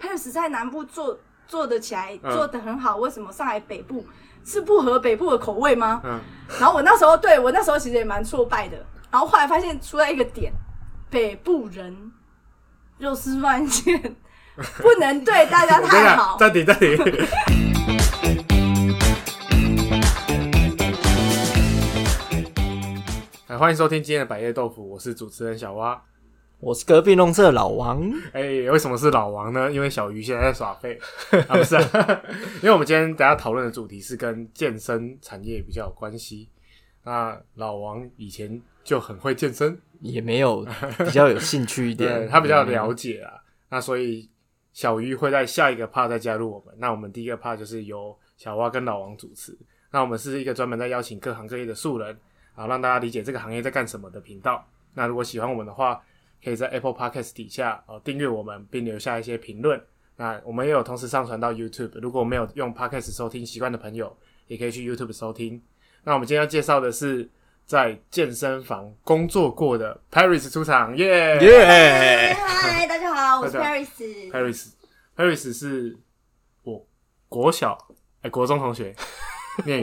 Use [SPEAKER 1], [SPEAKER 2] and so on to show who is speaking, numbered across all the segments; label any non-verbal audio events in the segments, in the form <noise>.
[SPEAKER 1] 确实在南部做做得起来，
[SPEAKER 2] 嗯
[SPEAKER 1] 做得很好，为什么上海北部是不合北部的口味吗？
[SPEAKER 2] 嗯，
[SPEAKER 1] 然后我那时候对我那时候其实也蛮挫败的，然后后来发现出来一个点，北部人肉丝乱
[SPEAKER 2] <laughs>
[SPEAKER 1] 线不能对大家
[SPEAKER 2] 我跟你
[SPEAKER 1] 太
[SPEAKER 2] 讲，
[SPEAKER 1] 好，
[SPEAKER 2] 暂停暂停。 <laughs> 哎，欢迎收听今天的百叶豆腐，我是主持人小蛙。
[SPEAKER 3] 我是隔壁弄社老王，
[SPEAKER 2] 哎、为什么是老王呢？因为小鱼现在在耍废啊，不是、啊， <laughs> 因为我们今天大家讨论的主题是跟健身产业比较有关系。那老王以前就很会健身，
[SPEAKER 3] 也没有
[SPEAKER 2] <laughs>
[SPEAKER 3] 比较有兴趣一
[SPEAKER 2] 对
[SPEAKER 3] 点，
[SPEAKER 2] 他比较了解啊。那所以小鱼会在下一个 part 再加入我们。那我们第一个 part 就是由小蛙跟老王主持。那我们是一个专门在邀请各行各业的素人，啊，让大家理解这个行业在干什么的频道。那如果喜欢我们的话，可以在 Apple Podcast 底下哦订阅我们，并留下一些评论。那我们也有同时上传到 YouTube，如果没有用 Podcast 收听习惯的朋友，也可以去 YouTube 收听。那我们今天要介绍的是在健身房工作过的 Paris 出场，耶、
[SPEAKER 3] 耶，
[SPEAKER 1] 嗨，大家好，我是
[SPEAKER 2] 大家哎
[SPEAKER 1] Paris。
[SPEAKER 2] Paris Paris 是我国小哎、国中同学，念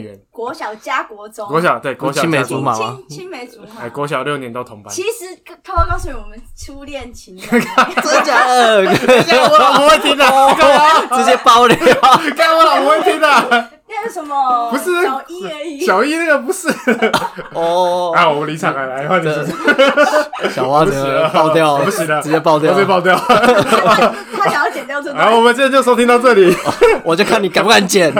[SPEAKER 1] <laughs>
[SPEAKER 2] 员
[SPEAKER 1] 国小加国中，
[SPEAKER 2] 国小对国小
[SPEAKER 3] 哦青梅
[SPEAKER 2] 加国
[SPEAKER 3] 竹马
[SPEAKER 2] 中
[SPEAKER 3] 吗
[SPEAKER 1] 青青梅竹
[SPEAKER 2] 哎、
[SPEAKER 1] 马。
[SPEAKER 2] 国小六年都同班。
[SPEAKER 1] 其实，偷偷告诉你，我们初恋情人
[SPEAKER 2] <laughs>
[SPEAKER 3] 真假的？哦
[SPEAKER 2] 我老婆会听的，
[SPEAKER 3] 直接爆料，
[SPEAKER 2] 看我老婆会听的。
[SPEAKER 1] 那是什么？
[SPEAKER 2] 不是
[SPEAKER 1] 小一而已。
[SPEAKER 2] 小一那个不是
[SPEAKER 3] 哦，
[SPEAKER 2] <laughs> 啊，我们离场了，来换你主持
[SPEAKER 3] 小花
[SPEAKER 2] 不行了
[SPEAKER 3] 子爆掉了，
[SPEAKER 2] 不行了啊
[SPEAKER 3] 直接爆掉
[SPEAKER 2] 我，被爆掉。
[SPEAKER 1] 他想要剪掉这
[SPEAKER 2] 然后我
[SPEAKER 1] 段。
[SPEAKER 2] 们今天就收听到这里。
[SPEAKER 3] 我就看你敢不
[SPEAKER 2] <laughs>
[SPEAKER 3] 敢剪。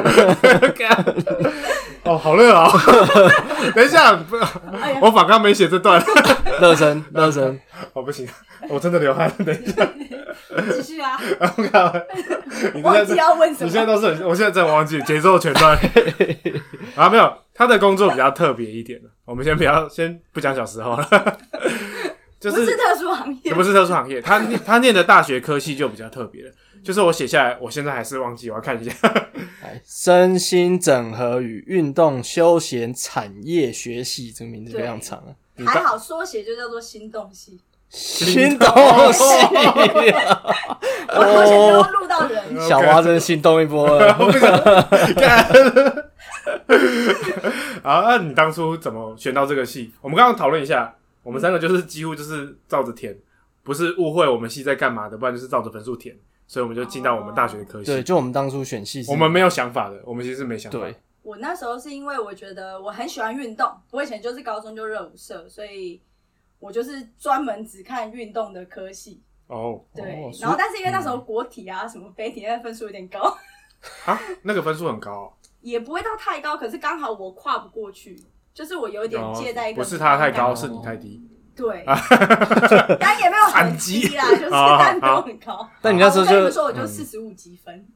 [SPEAKER 2] 哦，好热哦！ <laughs> 等一下，不
[SPEAKER 1] 哎呀
[SPEAKER 2] 我反刚没写这段， <laughs>
[SPEAKER 3] 热身，热身，
[SPEAKER 2] 我不行，我真的流汗。等一下，
[SPEAKER 1] 继续啊，
[SPEAKER 2] 我靠！你这
[SPEAKER 1] 忘
[SPEAKER 2] 样子
[SPEAKER 1] 记要问什
[SPEAKER 2] 你现在
[SPEAKER 1] 么。
[SPEAKER 2] 都是 <laughs> 很，我现在真的忘记节奏全断啊，没有，他的工作比较特别一点我们先不要，先不讲小时候 <laughs> 了，就
[SPEAKER 1] 不是
[SPEAKER 2] 是
[SPEAKER 1] 特殊行业
[SPEAKER 2] 也，不是特殊行业，他念他念的大学科系就比较特别了。就是我写下来，我现在还是忘记，我要看一下。 <laughs>
[SPEAKER 3] 来，哎身心整合与运动休闲产业学系，这个名字非常长啊，
[SPEAKER 2] 你
[SPEAKER 1] 还
[SPEAKER 2] 大
[SPEAKER 1] 好缩写就叫做心动系。
[SPEAKER 3] 心动系，
[SPEAKER 2] <laughs> 哦
[SPEAKER 1] 我好险能够录到人，
[SPEAKER 3] 小花真是心动一波了。
[SPEAKER 2] 我不想干好，那你当初怎么选到这个系？我们刚刚讨论一下，我们三个就是几乎就是照着填，不是误会我们系在干嘛的，不然就是照着分数填，所以我们就进到我们大学的科系。
[SPEAKER 3] 对，就我们当初选系是，
[SPEAKER 2] 我们没有想法的，我们其实是没想法。
[SPEAKER 3] 对，
[SPEAKER 1] 我那时候是因为我觉得我很喜欢运动，我以前就是高中就热舞社，所以我就是专门只看运动的科系。
[SPEAKER 2] 哦嗯
[SPEAKER 1] 对
[SPEAKER 3] 哦，
[SPEAKER 1] 然后但是因为那时候国体啊、什么北体那分数有点高，
[SPEAKER 2] 啊，那个分数很高、
[SPEAKER 1] 也不会到太高，可是刚好我跨不过去，就是我有一点
[SPEAKER 2] 哦
[SPEAKER 1] 介在一个
[SPEAKER 2] 不是他太高，啊
[SPEAKER 3] 哦
[SPEAKER 2] 是你太低。 <laughs>
[SPEAKER 1] 对，但也没有很低啦，就是
[SPEAKER 2] 啊
[SPEAKER 1] 但没有很高。
[SPEAKER 3] 但你那时候
[SPEAKER 1] 我跟你
[SPEAKER 3] 就
[SPEAKER 1] 们说我
[SPEAKER 2] 嗯
[SPEAKER 1] 就四十五积分，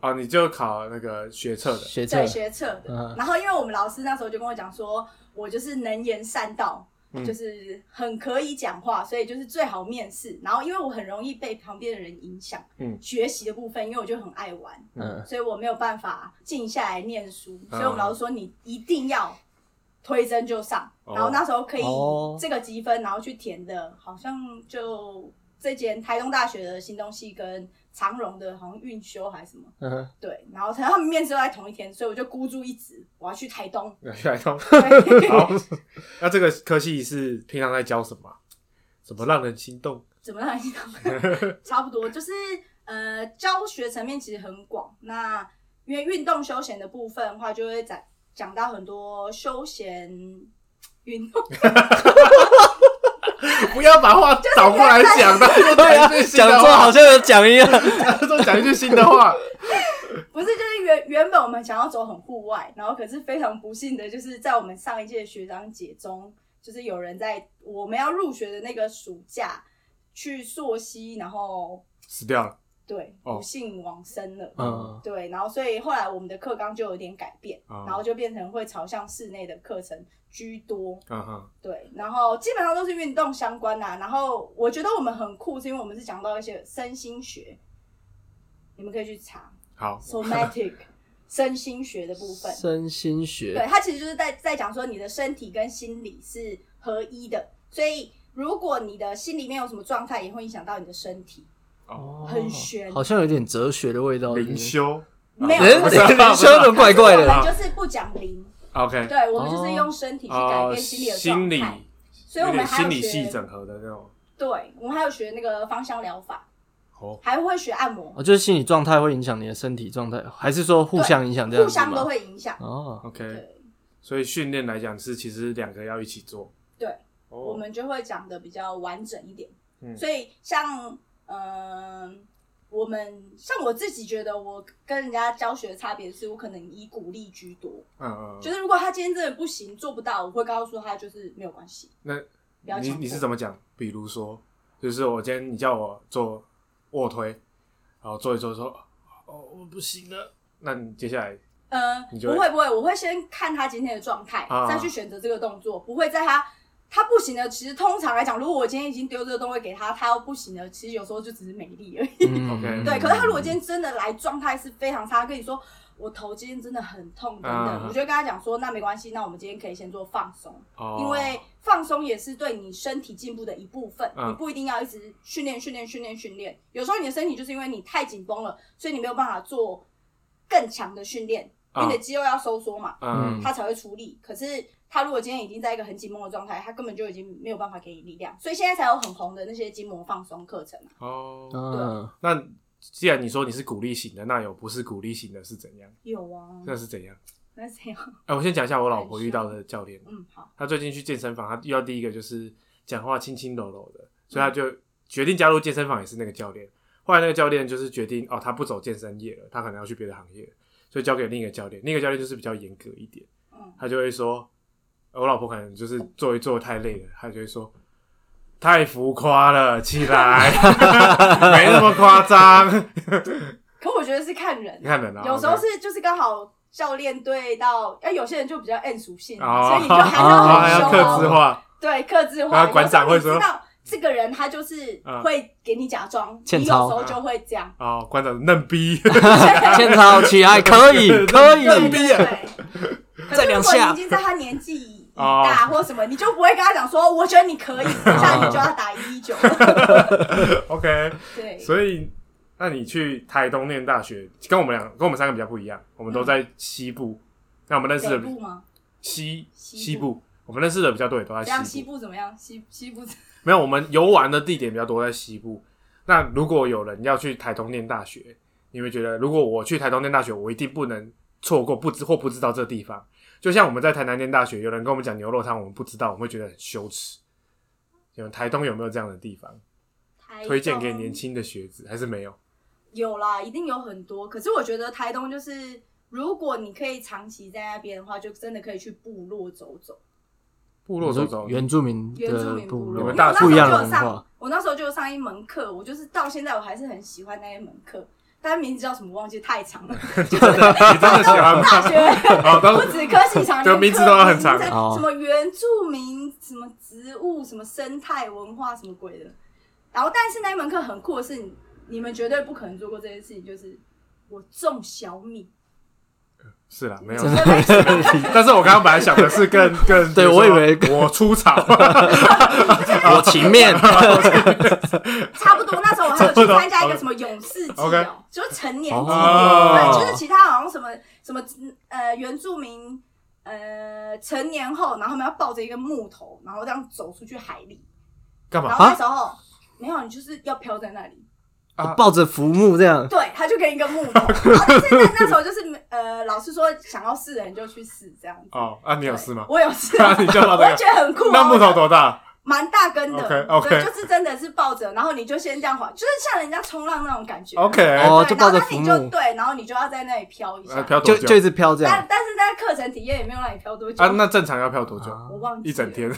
[SPEAKER 2] 哦，你就考那个学测的，
[SPEAKER 3] 学测
[SPEAKER 1] 对，学测的。
[SPEAKER 3] 嗯
[SPEAKER 1] 然后因为我们老师那时候就跟我讲说，我就是能言善道，
[SPEAKER 2] 嗯
[SPEAKER 1] 就是很可以讲话，所以就是最好面试。然后因为我很容易被旁边的人影响，
[SPEAKER 2] 嗯
[SPEAKER 1] 学习的部分，因为我就很爱玩，
[SPEAKER 3] 嗯，哦
[SPEAKER 1] 所以我没有办法静下来念书，
[SPEAKER 2] 嗯
[SPEAKER 1] 所以我们老师说你一定要推甄就上，
[SPEAKER 2] 哦。
[SPEAKER 1] 然后那时候可以
[SPEAKER 3] 哦
[SPEAKER 1] 这个积分，然后去填的，好像就这间台东大学的新东西跟长荣的，好像运修还是什么，
[SPEAKER 3] <laughs> 嗯哼
[SPEAKER 1] 对，然后他们面试都在同一天，所以我就孤注一掷，我要去台东
[SPEAKER 2] <laughs> 来通。
[SPEAKER 1] 对
[SPEAKER 2] 好，那这个科系是平常在教什么啊？怎么让人心动？
[SPEAKER 1] <laughs> 怎么让你懂？ <laughs> 差不多就是呃，教学层面其实很广。那因为运动休闲的部分的话，就会讲讲到很多休闲运动， <laughs>
[SPEAKER 2] 不要把话倒过来讲，大家
[SPEAKER 3] 对啊
[SPEAKER 2] 讲一句，新
[SPEAKER 3] 讲
[SPEAKER 2] 的
[SPEAKER 3] 座好
[SPEAKER 2] 话，
[SPEAKER 3] 像有讲一样。
[SPEAKER 2] 都讲一句新的话。
[SPEAKER 1] 不是就是原原本我们想要走很户外，然后可是非常不幸的就是在我们上一届的学长姐中，就是有人在我们要入学的那个暑假去溯溪，然后
[SPEAKER 2] 死掉了
[SPEAKER 1] 对
[SPEAKER 2] 哦
[SPEAKER 1] 不幸往生了。
[SPEAKER 3] 嗯，
[SPEAKER 1] 对，然后所以后来我们的课纲就有点改变，
[SPEAKER 2] 哦
[SPEAKER 1] 然后就变成会朝向室内的课程居多。
[SPEAKER 2] 啊哈，
[SPEAKER 1] 对，然后基本上都是运动相关啦、然后我觉得我们很酷，是因为我们是讲到一些身心学，你们可以去
[SPEAKER 3] <laughs>
[SPEAKER 1] 查
[SPEAKER 2] 好，
[SPEAKER 1] somatic <laughs> 身心学的部分。
[SPEAKER 3] 身心
[SPEAKER 1] 对，
[SPEAKER 3] 学，
[SPEAKER 1] 它其实就是在在讲说你的身体跟心理是合一的，所以如果你的心里面有什么状态，也会影响到你的身体。
[SPEAKER 3] 哦
[SPEAKER 1] 很玄
[SPEAKER 3] 好像有点哲学的味道。
[SPEAKER 2] 灵修
[SPEAKER 1] 没有
[SPEAKER 3] 哎，
[SPEAKER 1] 不
[SPEAKER 3] 灵
[SPEAKER 1] 是
[SPEAKER 2] 啊不是啊
[SPEAKER 3] 灵修怎么怪怪
[SPEAKER 1] 我
[SPEAKER 3] 的？
[SPEAKER 1] 们就是不讲灵，
[SPEAKER 2] ，OK，
[SPEAKER 1] 对我们就是用身体去改
[SPEAKER 2] 哦，
[SPEAKER 1] 变心
[SPEAKER 2] 心
[SPEAKER 1] 理的
[SPEAKER 2] 理
[SPEAKER 1] 状态，所以我
[SPEAKER 2] 有
[SPEAKER 1] 们
[SPEAKER 2] 点
[SPEAKER 1] 还
[SPEAKER 2] 心
[SPEAKER 1] 有
[SPEAKER 2] 理系
[SPEAKER 1] 学，
[SPEAKER 2] 整合的那种，
[SPEAKER 1] 对我们还有学那个芳香疗法，
[SPEAKER 2] 哦，
[SPEAKER 1] 还会学按摩，
[SPEAKER 3] 哦，就是心理状态会影响你的身体状态，还是说互相影响这样
[SPEAKER 1] 互
[SPEAKER 3] 子
[SPEAKER 1] 相
[SPEAKER 3] 吗
[SPEAKER 1] 都会影响。
[SPEAKER 3] 哦，
[SPEAKER 2] OK，
[SPEAKER 1] 对，
[SPEAKER 2] 所以训练来讲是其实两个要一起做。
[SPEAKER 1] 对
[SPEAKER 2] 哦，
[SPEAKER 1] 我们就会讲的比较完整一点。
[SPEAKER 2] 嗯
[SPEAKER 1] 所以像嗯、我们像我自己觉得，我跟人家教学的差别是我可能以鼓励居多，
[SPEAKER 2] 嗯嗯，
[SPEAKER 1] 就是如果他今天真的不行做不到，我会告诉他就是没有关系，
[SPEAKER 2] 那
[SPEAKER 1] 不要
[SPEAKER 2] 你
[SPEAKER 1] 强迫
[SPEAKER 2] 你是怎么讲？比如说，就是我今天你叫我做卧推，然后做一做说，哦，我不行了。那你接下来
[SPEAKER 1] 呃，
[SPEAKER 2] 你就会
[SPEAKER 1] 不会不会，我会先看他今天的状态，
[SPEAKER 2] 啊
[SPEAKER 1] 再去选择这个动作，不会在他他不行的。其实通常来讲，如果我今天已经丢这个动作给他，他不行的，其实有时候就只是美丽而已。
[SPEAKER 3] 嗯
[SPEAKER 2] OK
[SPEAKER 1] 对，可是他如果今天真的来状态是非常差，跟你说我头今天真的很痛等等，
[SPEAKER 2] 啊
[SPEAKER 1] 我就会跟他讲说，那没关系，那我们今天可以先做放松，
[SPEAKER 2] 哦，
[SPEAKER 1] 因为放松也是对你身体进步的一部分，
[SPEAKER 2] 嗯
[SPEAKER 1] 你不一定要一直训练训练训练训练。有时候你的身体就是因为你太紧绷了，所以你没有办法做更强的训练，因为你的肌肉要收缩嘛，
[SPEAKER 2] 嗯
[SPEAKER 3] 嗯
[SPEAKER 1] 它才会出力。可是他如果今天已经在一个很紧绷的状态，他根本就已经没有办法给你力量，所以现在才有很红的那些筋膜放松课程啊。
[SPEAKER 2] 哦，
[SPEAKER 3] 嗯，
[SPEAKER 2] 那既然你说你是鼓励型的，那有不是鼓励型的是怎样？
[SPEAKER 1] 有啊，
[SPEAKER 2] 那是怎样？
[SPEAKER 1] 那谁样？
[SPEAKER 2] 哎，我先讲一下我老婆遇到的教练，
[SPEAKER 1] 嗯，好，
[SPEAKER 2] 她最近去健身房，她遇到第一个就是讲话轻轻柔柔的，所以她
[SPEAKER 1] 嗯
[SPEAKER 2] 就决定加入健身房，也是那个教练。后来那个教练就是决定哦，他不走健身业了，他可能要去别的行业了，所以交给另一个教练。另一个教练就是比较严格一点，
[SPEAKER 1] 嗯，
[SPEAKER 2] 他就会说，呃我老婆可能就是做一做太累了，他就会说太浮夸了，起
[SPEAKER 1] <laughs>
[SPEAKER 2] 来，没那么夸张。
[SPEAKER 1] 可我觉得是看人
[SPEAKER 2] 你，看人啊，
[SPEAKER 1] 有时候是就是刚好教练对到，哎，有些人就比较暗属性，
[SPEAKER 2] 哦
[SPEAKER 1] 所以你就还是
[SPEAKER 3] 哦
[SPEAKER 2] 啊，
[SPEAKER 1] 很
[SPEAKER 2] 要
[SPEAKER 1] 凶
[SPEAKER 2] 克
[SPEAKER 1] 哦
[SPEAKER 2] 制化，
[SPEAKER 1] 对，克制化。
[SPEAKER 2] 然后馆长会说嗯
[SPEAKER 1] 有时候你知道这个人他就是会给你假装，
[SPEAKER 3] 欠
[SPEAKER 1] 你有时
[SPEAKER 3] 操嗯
[SPEAKER 1] 候就会这样。
[SPEAKER 2] 哦，馆长嫩逼， <laughs>
[SPEAKER 3] 欠操起来可 <laughs> 以可以，
[SPEAKER 1] 对对
[SPEAKER 3] <laughs>
[SPEAKER 1] 对。可是
[SPEAKER 3] 再
[SPEAKER 1] 如
[SPEAKER 3] 两
[SPEAKER 1] 果
[SPEAKER 3] 下
[SPEAKER 1] 你已经在他年纪已
[SPEAKER 2] 哦
[SPEAKER 1] 大或什么，你就不会跟他讲说，我觉得你
[SPEAKER 3] <laughs>
[SPEAKER 1] 可以，
[SPEAKER 3] 哦
[SPEAKER 1] 等一下你就要打一一
[SPEAKER 2] <laughs>
[SPEAKER 1] 九。
[SPEAKER 2] OK，
[SPEAKER 1] 对，
[SPEAKER 2] 所以那你去台东念大学，跟我们两跟我们三个比较不一样，我们都在西部，那我们认识
[SPEAKER 1] 嗯北
[SPEAKER 2] 的
[SPEAKER 1] 部吗？
[SPEAKER 2] 西
[SPEAKER 1] 西
[SPEAKER 2] 西部，我们认识的比较多也都
[SPEAKER 1] 这
[SPEAKER 2] 在
[SPEAKER 1] 样西部怎么样？西西部
[SPEAKER 2] 没有，我们游玩的地点比较多在西部。那如果有人要去台东念大学，你会觉得如果我去台东念大学，我一定不能错过不知或不知道这地方。就像我们在台南念大学，有人跟我们讲牛肉汤，我们不知道，我们会觉得很羞耻。你们台东有没有这样的地方？
[SPEAKER 1] 台
[SPEAKER 2] <laughs> 推荐给年
[SPEAKER 1] 东
[SPEAKER 2] 轻的学子，还是没有？
[SPEAKER 1] 有啦，一定有很多。可是我觉得台东就是，如果你可以长期在那边的话，就真的可以去部落走走，
[SPEAKER 2] 部落走走，
[SPEAKER 3] 原住民
[SPEAKER 1] 原住
[SPEAKER 3] 的
[SPEAKER 1] 民
[SPEAKER 3] 部
[SPEAKER 1] 落。
[SPEAKER 2] 你
[SPEAKER 1] 因为
[SPEAKER 3] 落
[SPEAKER 1] 我
[SPEAKER 2] 们大
[SPEAKER 1] 那时
[SPEAKER 3] 不
[SPEAKER 1] 候
[SPEAKER 3] 一
[SPEAKER 1] 就
[SPEAKER 3] 样的
[SPEAKER 1] 有
[SPEAKER 3] 文
[SPEAKER 1] 上
[SPEAKER 3] 化，，
[SPEAKER 1] 我那时候就有上一门课，我就是到现在我还是很喜欢那一门课，但名字叫什么忘记，太长了。
[SPEAKER 2] 你真的喜
[SPEAKER 3] <laughs>
[SPEAKER 2] 欢吗？哦
[SPEAKER 1] 大学
[SPEAKER 2] 好，当
[SPEAKER 1] 不止科系长，
[SPEAKER 2] 对
[SPEAKER 1] 连
[SPEAKER 2] 名字
[SPEAKER 1] 科
[SPEAKER 2] 都要很
[SPEAKER 1] 名
[SPEAKER 2] 长
[SPEAKER 1] 在
[SPEAKER 3] 哦
[SPEAKER 1] 什么原住民、什么植物、什么生态文化、什么鬼的。然后，但是那一门课很酷的是，你你们绝对不可能做过这件事情，就是我种小米。
[SPEAKER 2] 是啦，没有
[SPEAKER 3] 真。的
[SPEAKER 2] <laughs> 但是我刚刚本来想的是
[SPEAKER 3] <laughs>
[SPEAKER 2] 更更，
[SPEAKER 3] 对我以为
[SPEAKER 2] <laughs> 我出草，
[SPEAKER 3] <laughs> 我情面
[SPEAKER 1] 差不多，那时候我还有去参加一个什么勇士祭
[SPEAKER 2] OK
[SPEAKER 1] 哦，就是成年祭，
[SPEAKER 2] 哦
[SPEAKER 1] 对，就是其他好像什么什么呃原住民呃成年后，然后他们要抱着一个木头，然后这样走出去海里，
[SPEAKER 2] 干
[SPEAKER 1] 然
[SPEAKER 2] 嘛？
[SPEAKER 1] 后那时候没有，你就是要飘在那里，
[SPEAKER 2] 啊
[SPEAKER 3] 抱着浮木这样，
[SPEAKER 1] 对，他就给你一个木头，然后但是那那时候就是呃老师说想要试的人就去试这样子，
[SPEAKER 2] 哦，啊，你
[SPEAKER 1] 你
[SPEAKER 2] 有事
[SPEAKER 3] <laughs>
[SPEAKER 2] 吗？
[SPEAKER 1] 我有试，
[SPEAKER 2] 啊，你就
[SPEAKER 1] 我
[SPEAKER 2] 到这
[SPEAKER 1] 会
[SPEAKER 2] 个。
[SPEAKER 1] 觉得很酷
[SPEAKER 3] 啊
[SPEAKER 1] 哦，
[SPEAKER 2] <laughs> 那木头多大？
[SPEAKER 1] 蛮大根的
[SPEAKER 2] OK，OK
[SPEAKER 1] 对，就是真的是抱着，然后你就先这样滑，就是像人家冲浪那种感觉。
[SPEAKER 2] OK
[SPEAKER 1] 对
[SPEAKER 3] 哦就抱着
[SPEAKER 1] 然后那你
[SPEAKER 3] 浮木
[SPEAKER 1] 就对，然后你就要在那里飘一
[SPEAKER 2] 呃，
[SPEAKER 1] 下。
[SPEAKER 2] 飘多
[SPEAKER 3] 就
[SPEAKER 2] 久？
[SPEAKER 3] 就一直飘这样
[SPEAKER 1] 但。 <laughs> 但是在课程体验也没有让你飘多久
[SPEAKER 2] 啊，那正常要飘多久？
[SPEAKER 3] 啊
[SPEAKER 1] 我忘记
[SPEAKER 2] 一
[SPEAKER 1] <laughs>
[SPEAKER 2] 整
[SPEAKER 3] <laughs>
[SPEAKER 2] 天，
[SPEAKER 1] 了，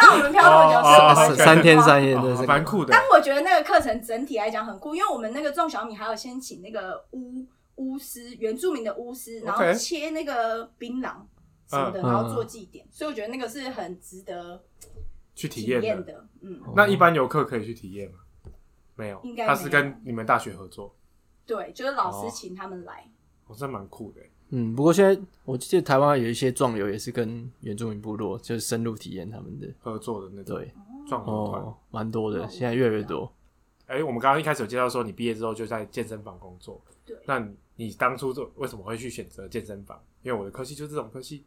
[SPEAKER 1] 让我们飘多久？
[SPEAKER 2] 哦哦
[SPEAKER 1] 是
[SPEAKER 2] 哦
[SPEAKER 1] 我
[SPEAKER 3] 三
[SPEAKER 1] 忘记了
[SPEAKER 3] 三天三夜的啊
[SPEAKER 2] 哦
[SPEAKER 3] 这
[SPEAKER 2] 蛮
[SPEAKER 3] 个，
[SPEAKER 2] 酷的
[SPEAKER 1] 但。我觉得那个课程整体来讲很酷，因为我们那个种小米还有先请那个巫巫师，原住民的巫师，然后
[SPEAKER 2] OK
[SPEAKER 1] 切那个槟榔什么的，
[SPEAKER 3] 嗯
[SPEAKER 1] 然后做祭典，所以我觉得那个是很值得
[SPEAKER 2] 去体
[SPEAKER 1] 体
[SPEAKER 2] 验
[SPEAKER 1] 验
[SPEAKER 2] 的。哦
[SPEAKER 1] 的。嗯，
[SPEAKER 2] 那一般游客可以去体验吗？没有
[SPEAKER 1] 应，该
[SPEAKER 2] 他是
[SPEAKER 1] 没有
[SPEAKER 2] 跟你们大学合作，
[SPEAKER 1] 对，就是老
[SPEAKER 2] 哦
[SPEAKER 1] 师请他们来。
[SPEAKER 2] 我真蛮酷的。
[SPEAKER 3] 嗯，不过现在我记得台湾有一些壮游也是跟原住民部落就是深入体验他们的，
[SPEAKER 2] 合作的那种
[SPEAKER 3] 对，
[SPEAKER 2] 壮游团，
[SPEAKER 3] 哦，蛮多的，
[SPEAKER 1] 哦
[SPEAKER 3] 现在越来越多。
[SPEAKER 2] 哎、我们刚刚一开始有介绍说，你毕业之后就在健身房工作。
[SPEAKER 1] 对
[SPEAKER 2] 那你你当初做为什么会去选择健身房？因为我的科系就是这种科系。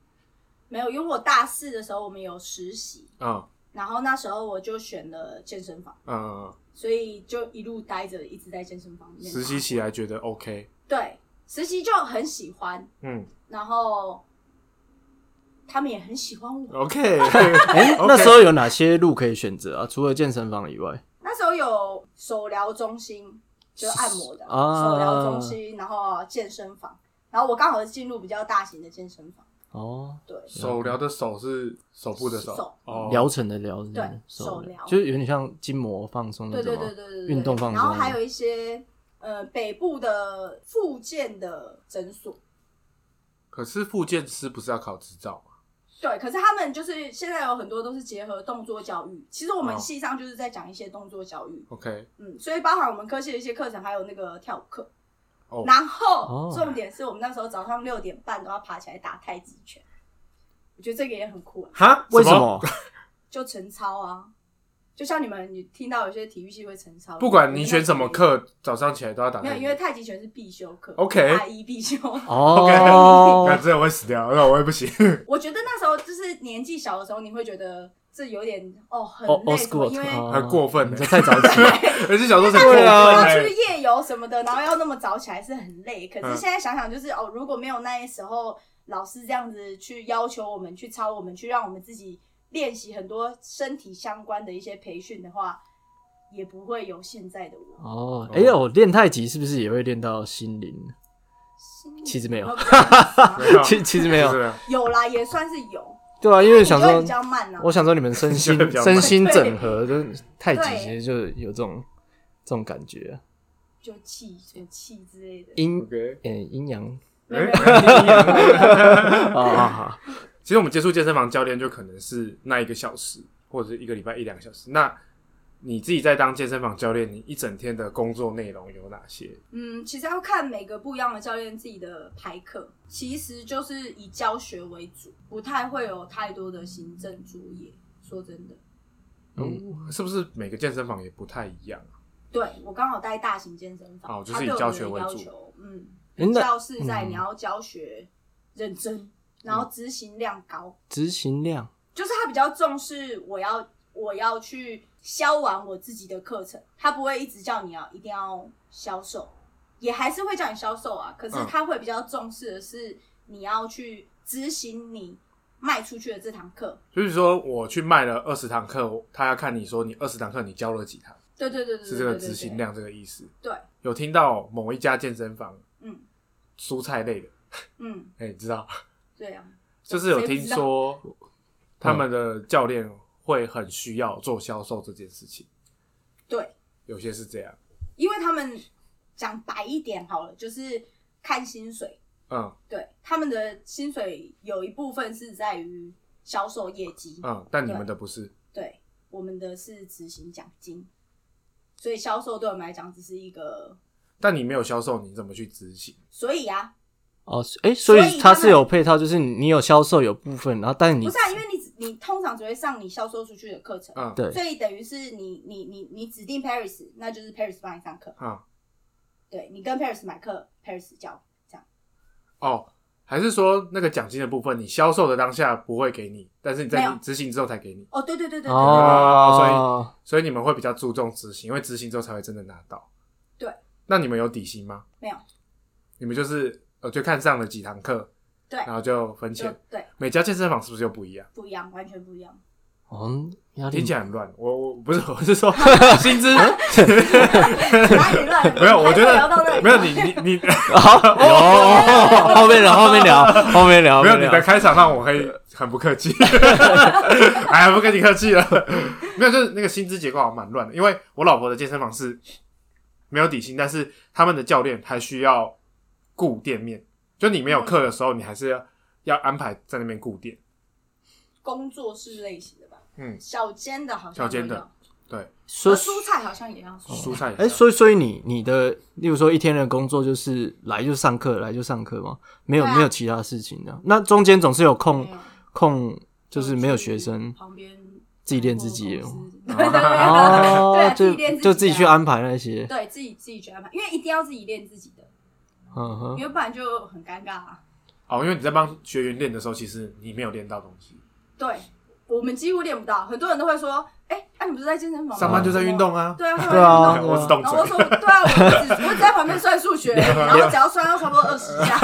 [SPEAKER 1] 没有，因为我大四的时候我们有实习，
[SPEAKER 2] 嗯
[SPEAKER 1] 然后那时候我就选了健身房，
[SPEAKER 2] 嗯嗯，
[SPEAKER 1] 所以就一路待着，一直在健身房里面
[SPEAKER 2] 实习起来觉得 OK。
[SPEAKER 1] 对实习就很喜欢，
[SPEAKER 2] 嗯
[SPEAKER 1] 然后他们也很喜欢
[SPEAKER 3] 哦
[SPEAKER 1] 我。 <laughs>
[SPEAKER 2] ，OK。
[SPEAKER 3] 哎、 <laughs>
[SPEAKER 2] OK
[SPEAKER 3] 那时候有哪些路可以选择啊？除了健身房以外，
[SPEAKER 1] 那时候有手疗中心，就是按摩的、
[SPEAKER 3] 啊
[SPEAKER 1] 手疗中心，然后健身房，然后我刚好是进入比较大型的健身房，
[SPEAKER 3] 哦，
[SPEAKER 1] 对，
[SPEAKER 2] 手疗的手是手部的手。
[SPEAKER 1] 手
[SPEAKER 2] 哦，
[SPEAKER 3] 疗程的疗，
[SPEAKER 1] 对
[SPEAKER 3] 手
[SPEAKER 1] 手疗
[SPEAKER 3] 就是有点像筋膜放松那
[SPEAKER 1] 对
[SPEAKER 3] 种
[SPEAKER 1] 对
[SPEAKER 3] 吗。
[SPEAKER 1] 对对对对，
[SPEAKER 3] 运动放松
[SPEAKER 1] 然后还有一些呃北部的复健的诊所，
[SPEAKER 2] 可是复健师不是要考执照吗？
[SPEAKER 1] 对，可是他们就是现在有很多都是结合动作教育，其实我们
[SPEAKER 2] 哦
[SPEAKER 1] 系上就是在讲一些动作教育，
[SPEAKER 2] OK，
[SPEAKER 1] 嗯，所以包含我们科系的一些课程，还有那个跳舞课。
[SPEAKER 2] 哦
[SPEAKER 1] 然后、
[SPEAKER 3] 哦
[SPEAKER 1] 重点是我们那时候早上六点半都要爬起来打太极拳，我觉得这个也很酷、啊，
[SPEAKER 2] 哈
[SPEAKER 3] 为什？么？ <laughs>
[SPEAKER 1] 就晨操啊，就像你们你听到有些体育系会晨操，
[SPEAKER 2] 不管你选什么，课，早上起来都要打
[SPEAKER 1] 没
[SPEAKER 2] 太
[SPEAKER 1] 有，
[SPEAKER 2] 极。
[SPEAKER 1] 因为太极拳是必修课
[SPEAKER 2] OK
[SPEAKER 1] 大一必修。 <laughs>
[SPEAKER 2] <laughs> 那
[SPEAKER 3] 哦，
[SPEAKER 2] 真的会死掉，那我也不行。
[SPEAKER 1] 我觉得那时候就是年纪小的时候，你会觉得这有点哦很
[SPEAKER 3] 哦
[SPEAKER 1] 累
[SPEAKER 3] ，old school，
[SPEAKER 1] 因为
[SPEAKER 3] 哦
[SPEAKER 2] 很过分欸
[SPEAKER 3] 你这太着
[SPEAKER 2] <laughs>
[SPEAKER 3] 急了。
[SPEAKER 2] 而且小时候才过
[SPEAKER 3] 对
[SPEAKER 2] 分
[SPEAKER 3] 啊
[SPEAKER 1] 要
[SPEAKER 2] 欸
[SPEAKER 1] 去夜游什么的，然后要那么早起来是很累。可
[SPEAKER 2] 嗯
[SPEAKER 1] 是现在想想，就是、哦，如果没有那时候老师这样子去要求我们去抄，我们去让我们自己练习很多身体相关的一些培训的话，也不会有现在的我。
[SPEAKER 3] 哦，哎呦，练太极是不是也会练到心灵？其实没
[SPEAKER 1] 哦
[SPEAKER 3] 有， <laughs> 其其实没有
[SPEAKER 2] 啊是，的
[SPEAKER 1] 有啦，也算是有。
[SPEAKER 3] 对啊，因为想
[SPEAKER 1] 你就会
[SPEAKER 3] 说
[SPEAKER 1] 比，较慢啊啦、
[SPEAKER 3] 我想说你们身
[SPEAKER 2] <laughs>
[SPEAKER 3] 心
[SPEAKER 2] 就比较慢
[SPEAKER 3] 身心整合，就是太极其实就有这种这种感觉啊，
[SPEAKER 1] 就气什么气之类的。
[SPEAKER 3] 阴
[SPEAKER 2] OK。
[SPEAKER 3] 嗯阴阳
[SPEAKER 1] 没有没有没有没有没有
[SPEAKER 3] 啊啊，啊
[SPEAKER 2] 哎 <laughs> 其实我们接触健身房教练就可能是那一个小时，或者是一个礼拜一两个小时。那你自己在当健身房教练，你一整天的工作内容有哪些？
[SPEAKER 1] 嗯，其实要看每个不一样的教练自己的排课，其实就是以教学为主，不太会有太多的行政作业。说真的，哦
[SPEAKER 2] 嗯，是不是每个健身房也不太一样啊？
[SPEAKER 1] 对我刚好带大型健身房，
[SPEAKER 2] 哦就是
[SPEAKER 1] 他
[SPEAKER 2] 以
[SPEAKER 1] 对我
[SPEAKER 2] 教
[SPEAKER 1] 们
[SPEAKER 2] 学
[SPEAKER 1] 的
[SPEAKER 2] 为
[SPEAKER 1] 要
[SPEAKER 2] 主
[SPEAKER 1] 求，嗯，
[SPEAKER 3] 诶那
[SPEAKER 1] 教是在
[SPEAKER 3] 嗯
[SPEAKER 1] 你要教学认真，然
[SPEAKER 2] 嗯
[SPEAKER 1] 后执行量高，
[SPEAKER 3] 执行量
[SPEAKER 1] 就是他比较重视我要我要去销完我自己的课程，他不会一直叫你要一定要销售，也还是会叫你销售啊，可是
[SPEAKER 2] 嗯
[SPEAKER 1] 他会比较重视的是你要去执行你卖出去的这堂课。
[SPEAKER 2] 就是说我去卖了二十堂课，他要看你说你二十堂课你教了几堂，
[SPEAKER 1] 对对对对对，
[SPEAKER 2] 是这个
[SPEAKER 1] 对对
[SPEAKER 2] 执行量这个意思。
[SPEAKER 1] 对，
[SPEAKER 2] 有听到某一家健身房
[SPEAKER 1] 嗯
[SPEAKER 2] 蔬菜类的，
[SPEAKER 1] 嗯，
[SPEAKER 2] 哎、你知道？
[SPEAKER 1] 对啊，
[SPEAKER 2] 就是有
[SPEAKER 1] 谁不
[SPEAKER 2] 听
[SPEAKER 1] 知道
[SPEAKER 2] 说他们的教练会很需要做销售这件事情，
[SPEAKER 1] 对，
[SPEAKER 2] 有些是这样，
[SPEAKER 1] 因为他们讲白一点好了，就是看薪水，
[SPEAKER 2] 嗯
[SPEAKER 1] 对他们的薪水有一部分是在于销售业绩，
[SPEAKER 2] 嗯，但你
[SPEAKER 1] 对
[SPEAKER 2] 们的不是，
[SPEAKER 1] 对，我们的是执行奖金，所以销售对我们来讲只是一个，
[SPEAKER 2] 但你没有销售，你怎么去执行？
[SPEAKER 1] 所以啊，
[SPEAKER 3] 哦，哎，所以它
[SPEAKER 1] 所以他们
[SPEAKER 3] 是有配套，就是你你有销售有部分，然后但是你
[SPEAKER 1] 不是啊，因为你只你通常只会上你销售出去的课程，
[SPEAKER 2] 嗯，
[SPEAKER 3] 对
[SPEAKER 1] 所以等于是你你你你指定 Paris，那就是 Paris 帮你上课，
[SPEAKER 2] 嗯，
[SPEAKER 1] 对你跟 Paris 买课，Paris 教这样，
[SPEAKER 2] 哦，还是说那个奖金的部分，你销售的当下不会给你，但是你
[SPEAKER 1] 没
[SPEAKER 2] 在
[SPEAKER 1] 有
[SPEAKER 2] 执行之后才给你，
[SPEAKER 1] 哦，对对对对对，
[SPEAKER 3] 哦，
[SPEAKER 2] 所以你们会比较注重执行，因为执行之后才会真的拿到。
[SPEAKER 1] 对，
[SPEAKER 2] 那你们有底薪吗？
[SPEAKER 1] 没有，
[SPEAKER 2] 你们就是呃，就看上了几堂课，
[SPEAKER 1] 对
[SPEAKER 2] 然后就分
[SPEAKER 1] 就
[SPEAKER 2] 钱。
[SPEAKER 1] 对
[SPEAKER 2] 每家健身房是不是又不一样？
[SPEAKER 1] 不一样，完全不一样，
[SPEAKER 3] 哦，压力
[SPEAKER 2] 听起来很乱，我我不是我是说薪资
[SPEAKER 1] 哪里乱了？
[SPEAKER 2] 没有，我觉
[SPEAKER 1] 还没聊到那
[SPEAKER 2] 得
[SPEAKER 1] 里
[SPEAKER 2] 没有你你你
[SPEAKER 1] <laughs>
[SPEAKER 3] 哦，后面聊，后面聊，后面聊，
[SPEAKER 2] 没有
[SPEAKER 3] 后面
[SPEAKER 2] 你
[SPEAKER 3] 聊
[SPEAKER 2] 的开场让我可以很不客气，
[SPEAKER 3] <laughs>
[SPEAKER 2] 哎呀，不跟你客气了，没有就是那个薪资结构好像蛮乱的，因为我老婆的健身房是没有底薪，但是他们的教练还需要顾店面，就你没有课的时候，你还是要要安排在那边顾店，
[SPEAKER 1] 工作室类型的吧，
[SPEAKER 2] 嗯，
[SPEAKER 1] 小间的好像
[SPEAKER 2] 小间的
[SPEAKER 1] 都有，
[SPEAKER 2] 对，
[SPEAKER 1] 和
[SPEAKER 3] 说
[SPEAKER 1] 蔬菜好像也要说。
[SPEAKER 2] 蔬菜也是
[SPEAKER 3] 哎，所以所以你你的，例如说一天的工作就是来就上课，来就上课吗？没有
[SPEAKER 1] 对啊
[SPEAKER 3] 没有其他事情的，那中间总是有空
[SPEAKER 1] 没有
[SPEAKER 3] 空，就是没有学生
[SPEAKER 1] 旁边
[SPEAKER 3] 自己练自己
[SPEAKER 1] 公
[SPEAKER 3] 哦。
[SPEAKER 1] 司对 <laughs> 对对对对
[SPEAKER 3] 哦
[SPEAKER 1] 啊，自
[SPEAKER 3] 就
[SPEAKER 1] 己练自己
[SPEAKER 3] 就自己去
[SPEAKER 1] 啊
[SPEAKER 3] 安排那些
[SPEAKER 1] 对，，对自己自己去安排，因为一定要自己练自己的，
[SPEAKER 3] 嗯哼
[SPEAKER 1] 因，为不然就很尴尬啊。
[SPEAKER 2] 哦，因为你在帮学员练的时候，其实你没有练到东西，
[SPEAKER 1] 对，我们几乎练不到，很多人都会说，哎，啊你不是在健身房吗？
[SPEAKER 2] 上班就在运动啊。
[SPEAKER 3] <laughs>
[SPEAKER 1] 对啊，
[SPEAKER 3] 对
[SPEAKER 1] 上
[SPEAKER 3] 啊
[SPEAKER 1] 班就在运动
[SPEAKER 2] 我是动
[SPEAKER 1] 然 <laughs> 后我
[SPEAKER 2] 嘴，
[SPEAKER 1] 说，对啊，我只我只在旁边算数学，然后只要算到差不多二十下，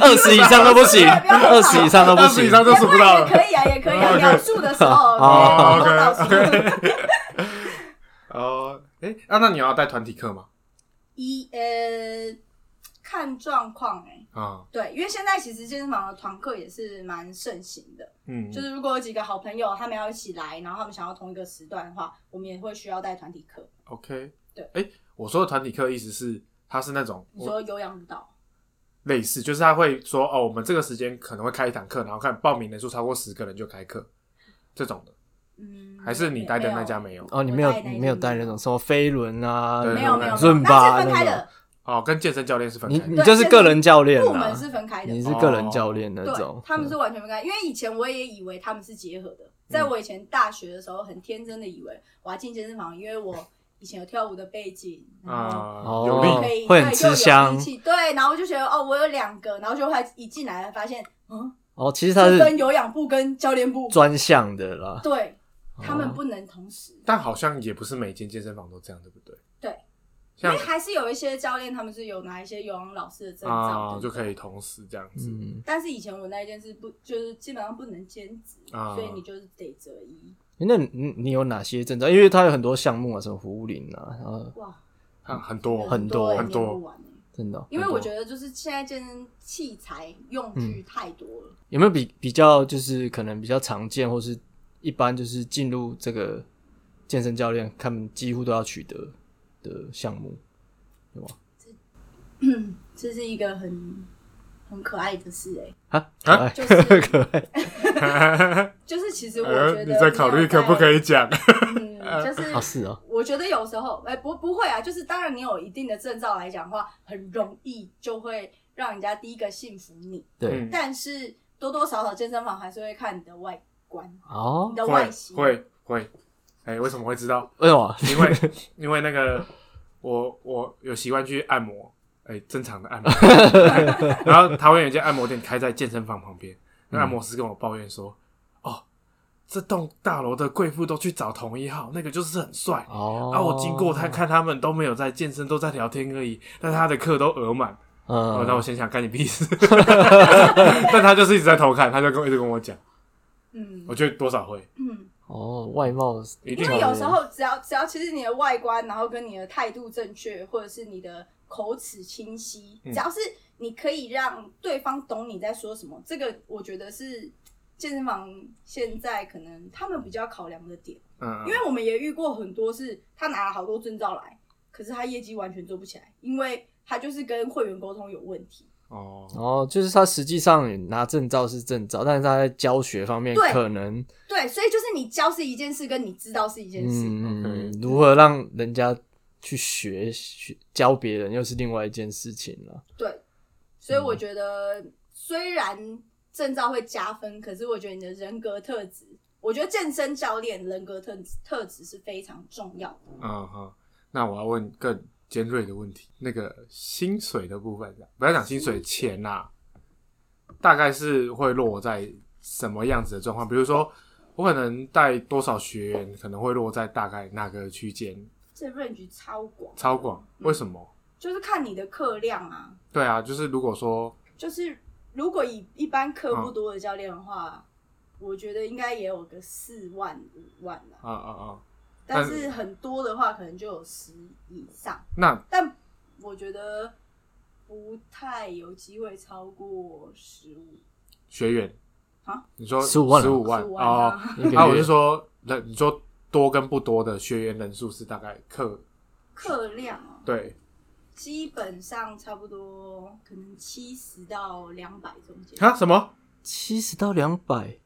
[SPEAKER 3] 二十以上都不
[SPEAKER 1] <laughs>
[SPEAKER 3] 行，二十以上都不
[SPEAKER 2] 二十
[SPEAKER 3] 行
[SPEAKER 2] 以。上就数不到
[SPEAKER 1] 也
[SPEAKER 2] 了。
[SPEAKER 1] 可以啊，也可以
[SPEAKER 2] <laughs>
[SPEAKER 1] 啊，描述的时候
[SPEAKER 3] 哦
[SPEAKER 1] 你也能够到数。 <laughs>
[SPEAKER 2] 哦，哎，啊，那你要带团体课吗？
[SPEAKER 1] 一呃，看状况哎，
[SPEAKER 2] 啊，
[SPEAKER 1] 对，因为现在其实健身房的团课也是蛮盛行的，
[SPEAKER 2] 嗯，
[SPEAKER 1] 就是如果有几个好朋友他们要一起来，然后他们想要同一个时段的话，我们也会需要带团体课。
[SPEAKER 2] OK。
[SPEAKER 1] 对，
[SPEAKER 2] 哎，我说的团体课意思是，它是那种
[SPEAKER 1] 你说有氧舞蹈，
[SPEAKER 2] 类似，就是他会说哦，我们这个时间可能会开一堂课，然后看报名人数超过十个人就开课，这种的，
[SPEAKER 1] 嗯，
[SPEAKER 2] 还是你待的那家没有？
[SPEAKER 3] 哦，你没有你没有带那种什么飞轮啊，
[SPEAKER 2] 对
[SPEAKER 1] 没有没有，
[SPEAKER 3] 尊
[SPEAKER 1] 那
[SPEAKER 3] 巴
[SPEAKER 1] 是分开
[SPEAKER 3] 那种
[SPEAKER 1] 的，，
[SPEAKER 2] 哦，跟健身教练是分
[SPEAKER 3] 你
[SPEAKER 2] 开的
[SPEAKER 3] 你就是个人教练
[SPEAKER 1] 入
[SPEAKER 3] 啦
[SPEAKER 1] 门，是分开的哦
[SPEAKER 3] 你。是个人教练那
[SPEAKER 1] 对
[SPEAKER 3] 种，，
[SPEAKER 1] 他们是完全分开，因为以前我也以为他们是结合的。在我以前大学的时候，很天真的以为我要进健身房，因为我以前有跳舞的背景，然后
[SPEAKER 2] 啊、
[SPEAKER 3] 哦
[SPEAKER 1] 就
[SPEAKER 2] 有力
[SPEAKER 1] 可以
[SPEAKER 3] 会
[SPEAKER 1] 对
[SPEAKER 3] 很
[SPEAKER 1] 又
[SPEAKER 3] 吃
[SPEAKER 1] 有
[SPEAKER 3] 香
[SPEAKER 1] 力气对，然后我就觉得哦，我有两个，然后就后来一进来发现，嗯，
[SPEAKER 3] 哦，其实他
[SPEAKER 1] 是
[SPEAKER 3] 是
[SPEAKER 1] 分有氧部跟教练部，
[SPEAKER 3] 专项的啦，
[SPEAKER 1] 对
[SPEAKER 2] 哦
[SPEAKER 1] 他们不能同时，
[SPEAKER 2] 但好像也不是每间健身房都这样，对不对？
[SPEAKER 1] 对，因
[SPEAKER 2] 像
[SPEAKER 1] 为还是有一些教练他们是有拿一些有氧老师的证
[SPEAKER 2] 啊、
[SPEAKER 1] 照，
[SPEAKER 2] 就可
[SPEAKER 1] 以。
[SPEAKER 2] 以同时这样子。
[SPEAKER 3] 嗯，
[SPEAKER 1] 但是以前我那一件事不就是基本上不能兼职，
[SPEAKER 2] 啊
[SPEAKER 1] 所以你就是得择一。
[SPEAKER 3] 那你你你有哪些证照？因为它有很多项目啊，什么壶铃啊，然后
[SPEAKER 1] 哇，
[SPEAKER 2] 啊很多
[SPEAKER 3] 很多
[SPEAKER 1] 多
[SPEAKER 2] 很多
[SPEAKER 1] 也念不完欸
[SPEAKER 3] 真的哦
[SPEAKER 1] 因为我觉
[SPEAKER 3] 很多
[SPEAKER 1] 得就是现在健身器材用具太多了，
[SPEAKER 2] 嗯
[SPEAKER 3] 有没有比比较就是可能比较常见，或是一般就是进入这个健身教练他们几乎都要取得的项目，有吗？
[SPEAKER 1] 这是一个很很可爱的事
[SPEAKER 2] <laughs>
[SPEAKER 1] 哎、
[SPEAKER 3] 啊，可
[SPEAKER 2] 啊
[SPEAKER 3] 爱
[SPEAKER 1] 就是
[SPEAKER 3] 可爱，
[SPEAKER 1] <laughs> 就是其实我觉
[SPEAKER 2] 呃，
[SPEAKER 1] 得
[SPEAKER 2] 你在考虑可不可
[SPEAKER 1] 以，
[SPEAKER 2] 以讲？
[SPEAKER 1] 嗯，就是
[SPEAKER 3] 啊是啊，
[SPEAKER 1] 我觉得有时候，哎、不不会啊，就是当然你有一定的证照来讲的话，很容易就会让人家第一个信服你，
[SPEAKER 3] 对，
[SPEAKER 2] 嗯
[SPEAKER 1] 但是多多少少健身房还是会看你的外观、
[SPEAKER 3] 哦
[SPEAKER 1] 你，的外
[SPEAKER 2] 会
[SPEAKER 1] 形，
[SPEAKER 2] 会会，哎、为什么会知道？
[SPEAKER 3] 为什么？
[SPEAKER 2] 因为因为那个我我有习惯去按摩，哎、正常的按摩。 <laughs> 然后台湾有一间按摩店开在健身房旁边，
[SPEAKER 3] 嗯
[SPEAKER 2] 那按摩师跟我抱怨说：“哦，这栋大楼的贵妇都去找同一号，那个就是很帅。”
[SPEAKER 3] 哦，
[SPEAKER 2] 啊！我经过他，看他们都没有在健身，都在聊天而已。但他的课都额满，
[SPEAKER 3] 嗯
[SPEAKER 2] 哦，那我心想干你屁事。 <laughs> 但他就是一直在偷看，他就跟一直跟我讲，
[SPEAKER 1] 嗯
[SPEAKER 2] 我觉得多少会
[SPEAKER 1] 嗯，
[SPEAKER 3] 哦，外貌
[SPEAKER 2] 一定
[SPEAKER 1] 因
[SPEAKER 2] 会
[SPEAKER 1] 为有时候只要只要其实你的外观，然后跟你的态度正确，或者是你的口齿清晰，
[SPEAKER 2] 嗯
[SPEAKER 1] 只要是你可以让对方懂你在说什么，这个我觉得是健身房现在可能他们比较考量的点。
[SPEAKER 2] 嗯，
[SPEAKER 1] 因为我们也遇过很多是，他拿了好多证照来，可是他业绩完全做不起来，因为他就是跟会员沟通有问题。
[SPEAKER 2] 哦，
[SPEAKER 3] 哦，就是他实际上拿证照是证照，但是他在教学方面
[SPEAKER 1] 对
[SPEAKER 3] 可能，
[SPEAKER 1] 对，所以就是你教是一件事，跟你知道是一件事。
[SPEAKER 3] 嗯
[SPEAKER 2] OK，
[SPEAKER 3] 如何让人家去学学教别人，又是另外一件事情了。
[SPEAKER 1] 对，所以
[SPEAKER 3] 嗯
[SPEAKER 1] 我觉得虽然证照会加分，可是我觉得你的人格特质，我觉得健身教练人格特特质是非常重要的。
[SPEAKER 2] 嗯哼，那我要问更尖锐的问题，那个薪水的部分，不要讲薪水钱啦、大概是会落在什么样子的状况？比如说，我可能带多少学员，可能会落在大概哪个区间？
[SPEAKER 1] 这 range 超广，
[SPEAKER 2] 超广？为什么？
[SPEAKER 1] 就是看你的客量啊，
[SPEAKER 2] 对啊，就是如果说
[SPEAKER 1] 就是如果以一般客不多的教练的
[SPEAKER 2] 嗯
[SPEAKER 1] 话，我觉得应该也有个四万五万啦。
[SPEAKER 2] 啊啊啊，
[SPEAKER 1] 但
[SPEAKER 2] 但
[SPEAKER 1] 是很多的话，可能就有十以上，
[SPEAKER 2] 那
[SPEAKER 1] 但我觉得不太有机会超过十五。
[SPEAKER 2] 学员
[SPEAKER 1] 啊，
[SPEAKER 2] 你说
[SPEAKER 3] 15万啊
[SPEAKER 2] 十五万
[SPEAKER 1] 15万
[SPEAKER 2] 哦
[SPEAKER 1] 啊，
[SPEAKER 3] 一个
[SPEAKER 2] 啊，我
[SPEAKER 3] 月
[SPEAKER 2] 是说人，你说多跟不多的学员人数是大概课
[SPEAKER 1] 客量哦，
[SPEAKER 2] 对
[SPEAKER 1] 基本上差不多可能七十到两百中间。
[SPEAKER 2] 啊什么
[SPEAKER 3] 七十到两百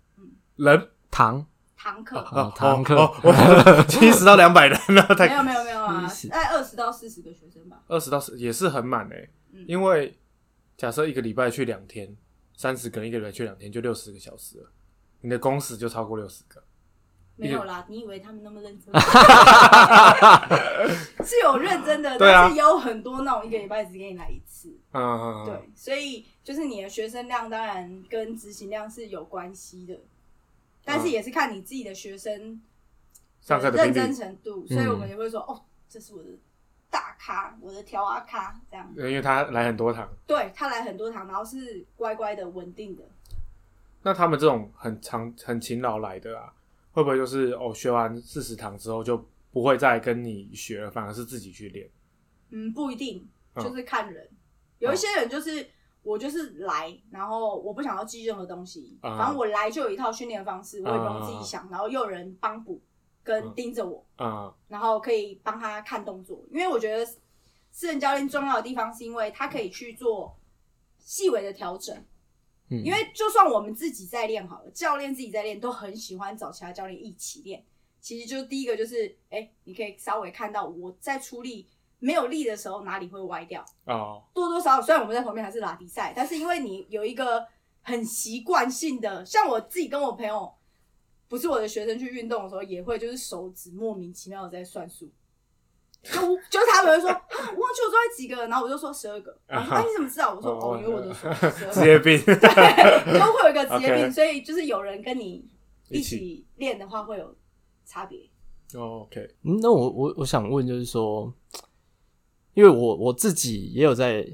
[SPEAKER 2] 人？
[SPEAKER 3] 堂
[SPEAKER 1] 堂课、
[SPEAKER 3] 哦堂客
[SPEAKER 2] 哦，我七十到两百人了，
[SPEAKER 1] 没
[SPEAKER 2] <laughs> 太
[SPEAKER 1] 有没有没有啊，
[SPEAKER 3] 70
[SPEAKER 1] 大概二十到四十个学生吧。
[SPEAKER 2] 二十到十也是很满诶、
[SPEAKER 1] 嗯
[SPEAKER 2] 因为假设一个礼拜去两天，三十个人一个礼拜去两天就六十个小时了，你的工时就超过六十个，
[SPEAKER 1] 没有啦，你以为他们那么认真？
[SPEAKER 2] <laughs>
[SPEAKER 1] 是有认真的，
[SPEAKER 2] 对啊
[SPEAKER 1] 但是也有很多那种一个礼拜只给你来一次。
[SPEAKER 2] 嗯，嗯，
[SPEAKER 1] 对，所以就是你的学生量当然跟执行量是有关系的，但是也是看你自己的学生
[SPEAKER 2] 嗯上课的
[SPEAKER 1] 认
[SPEAKER 2] 频率嗯
[SPEAKER 1] 真程度，所以我们也会说、哦，这是我的大咖，我的调阿咖这样。
[SPEAKER 2] 因为他来很多堂，
[SPEAKER 1] 对他来很多堂，然后是乖乖的、稳定的。
[SPEAKER 2] 那他们这种很长、很勤劳来的啊，会不会就是哦，学完四十堂之后就不会再跟你学了，反而是自己去练？
[SPEAKER 1] 嗯，不一定，
[SPEAKER 2] 嗯
[SPEAKER 1] 就是看人。有一些人就是、我就是来，然后我不想要记任何东西，
[SPEAKER 2] 啊
[SPEAKER 1] 反正我来就有一套训练方式，我也不用自
[SPEAKER 2] 啊
[SPEAKER 1] 己想，然后又有人帮补跟
[SPEAKER 2] 嗯
[SPEAKER 1] 盯着我，
[SPEAKER 2] 嗯
[SPEAKER 1] 然后可以帮他看动作。因为我觉得私人教练重要的地方是因为他可以去做细微的调整，
[SPEAKER 3] 嗯，
[SPEAKER 1] 因为就算我们自己在练好了，教练自己在练都很喜欢找其他教练一起练。其实就是第一个就是，哎、你可以稍微看到我在出力没有力的时候哪里会歪掉，
[SPEAKER 2] 哦，
[SPEAKER 1] 多多少少虽然我们在旁边还是拉比赛，但是因为你有一个很习惯性的，像我自己跟我朋友，不是我的学生去运动的时候，也会就是手指莫名其妙的在算数。就就是他们会说，啊，我忘记我桌在几个，然后我就说十二个，然后说哎、你怎么知道？我说哦，因为我的
[SPEAKER 2] <laughs>
[SPEAKER 1] 手指12个 <laughs>
[SPEAKER 2] 职业病，
[SPEAKER 1] 对，都会有一个职业
[SPEAKER 2] OK
[SPEAKER 1] 病，所以就是有人跟你一
[SPEAKER 2] 一
[SPEAKER 1] 起练的话会有差别。 <laughs>
[SPEAKER 2] 哦 OK，
[SPEAKER 3] 嗯那我我我想问，就是说，因为我我自己也有在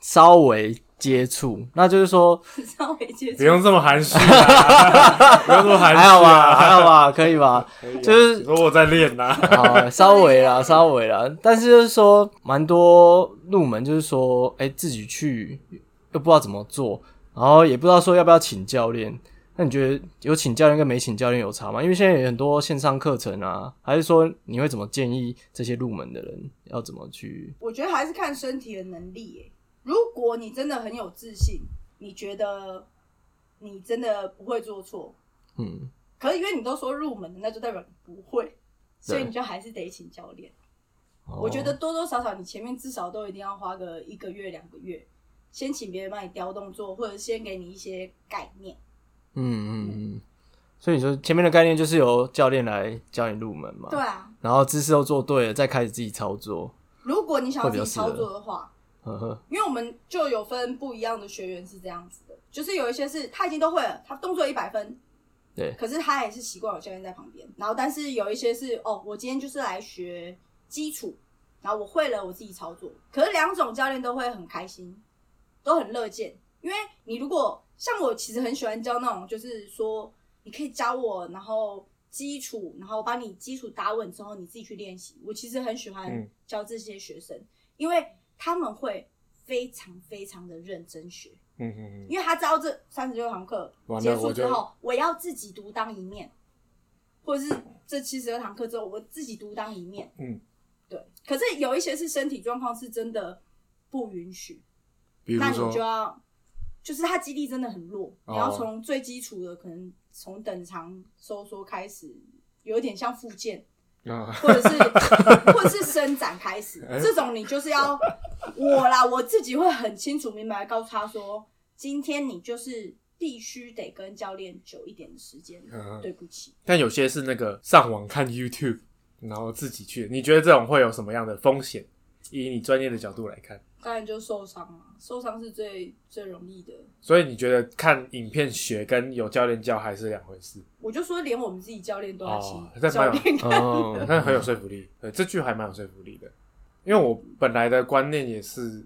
[SPEAKER 3] 稍微接触，那就是说
[SPEAKER 1] 稍微接
[SPEAKER 2] <laughs> 不
[SPEAKER 1] 触，
[SPEAKER 2] 用这么含蓄
[SPEAKER 3] <laughs>
[SPEAKER 2] 啊，不用这么含蓄、啊，
[SPEAKER 3] 还好吧，还好 <laughs> 吧，可以吧？
[SPEAKER 2] 可以啊，
[SPEAKER 3] 就是
[SPEAKER 2] 你说我在练呐、
[SPEAKER 3] <laughs>
[SPEAKER 2] 啊，
[SPEAKER 3] 好，稍微啦，稍微啦，但是就是说，蛮多入门就是说，哎、自己去又不知道怎么做，然后也不知道说要不要请教练。那你觉得有请教练跟没请教练有差吗？因为现在有很多线上课程啊，还是说你会怎么建议这些入门的人要怎么去？
[SPEAKER 1] 我觉得还是看身体的能力耶。如果你真的很有自信，你觉得你真的不会做错，
[SPEAKER 3] 嗯，
[SPEAKER 1] 可是因为你都说入门的，那就代表你不会，所以
[SPEAKER 3] 对
[SPEAKER 1] 你就还是得请教练。
[SPEAKER 3] 哦
[SPEAKER 1] 我觉得多多少少你前面至少都一定要花个一个月两个月，先请别人帮你雕动作，或者先给你一些概念。
[SPEAKER 3] 嗯嗯嗯，所以你说前面的概念就是由教练来教你入门嘛，
[SPEAKER 1] 对，啊，
[SPEAKER 3] 然后姿势都做对了，再开始自己操作，
[SPEAKER 1] 如果你想要自
[SPEAKER 3] 会
[SPEAKER 1] 己
[SPEAKER 3] 比较
[SPEAKER 1] 操
[SPEAKER 3] 适合
[SPEAKER 1] 作的话，
[SPEAKER 3] 呵
[SPEAKER 1] <laughs>
[SPEAKER 3] 呵，
[SPEAKER 1] 因为我们就有分不一样的学员是这样子的，就是有一些是他已经都会了，他动作一百分，
[SPEAKER 3] 对
[SPEAKER 1] 可是他也是习惯有教练在旁边。然后，但是有一些是哦，我今天就是来学基础，然后我会了，我自己操作。可是两种教练都会很开心，都很乐见，因为你如果像我，其实很喜欢教那种，就是说你可以教我，然后基础，然后把你基础打稳之后，你自己去练习。我其实很喜
[SPEAKER 2] 嗯
[SPEAKER 1] 欢教这些学生，因为他们会非常非常的认真学，
[SPEAKER 2] 嗯嗯嗯，
[SPEAKER 1] 因为他知道这三十六堂课
[SPEAKER 2] 完了
[SPEAKER 1] 结束
[SPEAKER 2] 我
[SPEAKER 1] 之
[SPEAKER 2] 就
[SPEAKER 1] 后，我要自己独当一面，或者是这七十二堂课之后，我自己独当一面。
[SPEAKER 2] 嗯，
[SPEAKER 1] 对。可是有一些是身体状况是真的不允许，
[SPEAKER 2] 比如
[SPEAKER 1] 那你
[SPEAKER 2] 说
[SPEAKER 1] 就要，就是他肌力真的很弱，
[SPEAKER 2] 哦
[SPEAKER 1] 你要从最基础的，可能从等长收缩开始，有点像复健，
[SPEAKER 2] 啊，
[SPEAKER 1] 或者
[SPEAKER 2] <laughs>
[SPEAKER 1] 是或者是伸展开始，
[SPEAKER 2] 哎
[SPEAKER 1] 这种你就是要我啦，我自己会很清楚明白地告诉他说，今天你就是必须得跟教练久一点的时间，
[SPEAKER 2] 嗯
[SPEAKER 1] 对不起。
[SPEAKER 2] 但有些是那个上网看 YouTube，然后自己去，你觉得这种会有什么样的风险？以你专业的角度来看，
[SPEAKER 1] 当然就受伤了，受伤是最最容易的。
[SPEAKER 2] 所以你觉得看影片学跟有教练教还是两回事？
[SPEAKER 1] 我就说，连我们自己教练都要请
[SPEAKER 2] 哦那蛮，
[SPEAKER 1] 教练看
[SPEAKER 3] 哦
[SPEAKER 2] 但很有说服力，对，啊这句还蛮有说服力的。因为我本来的观念也是，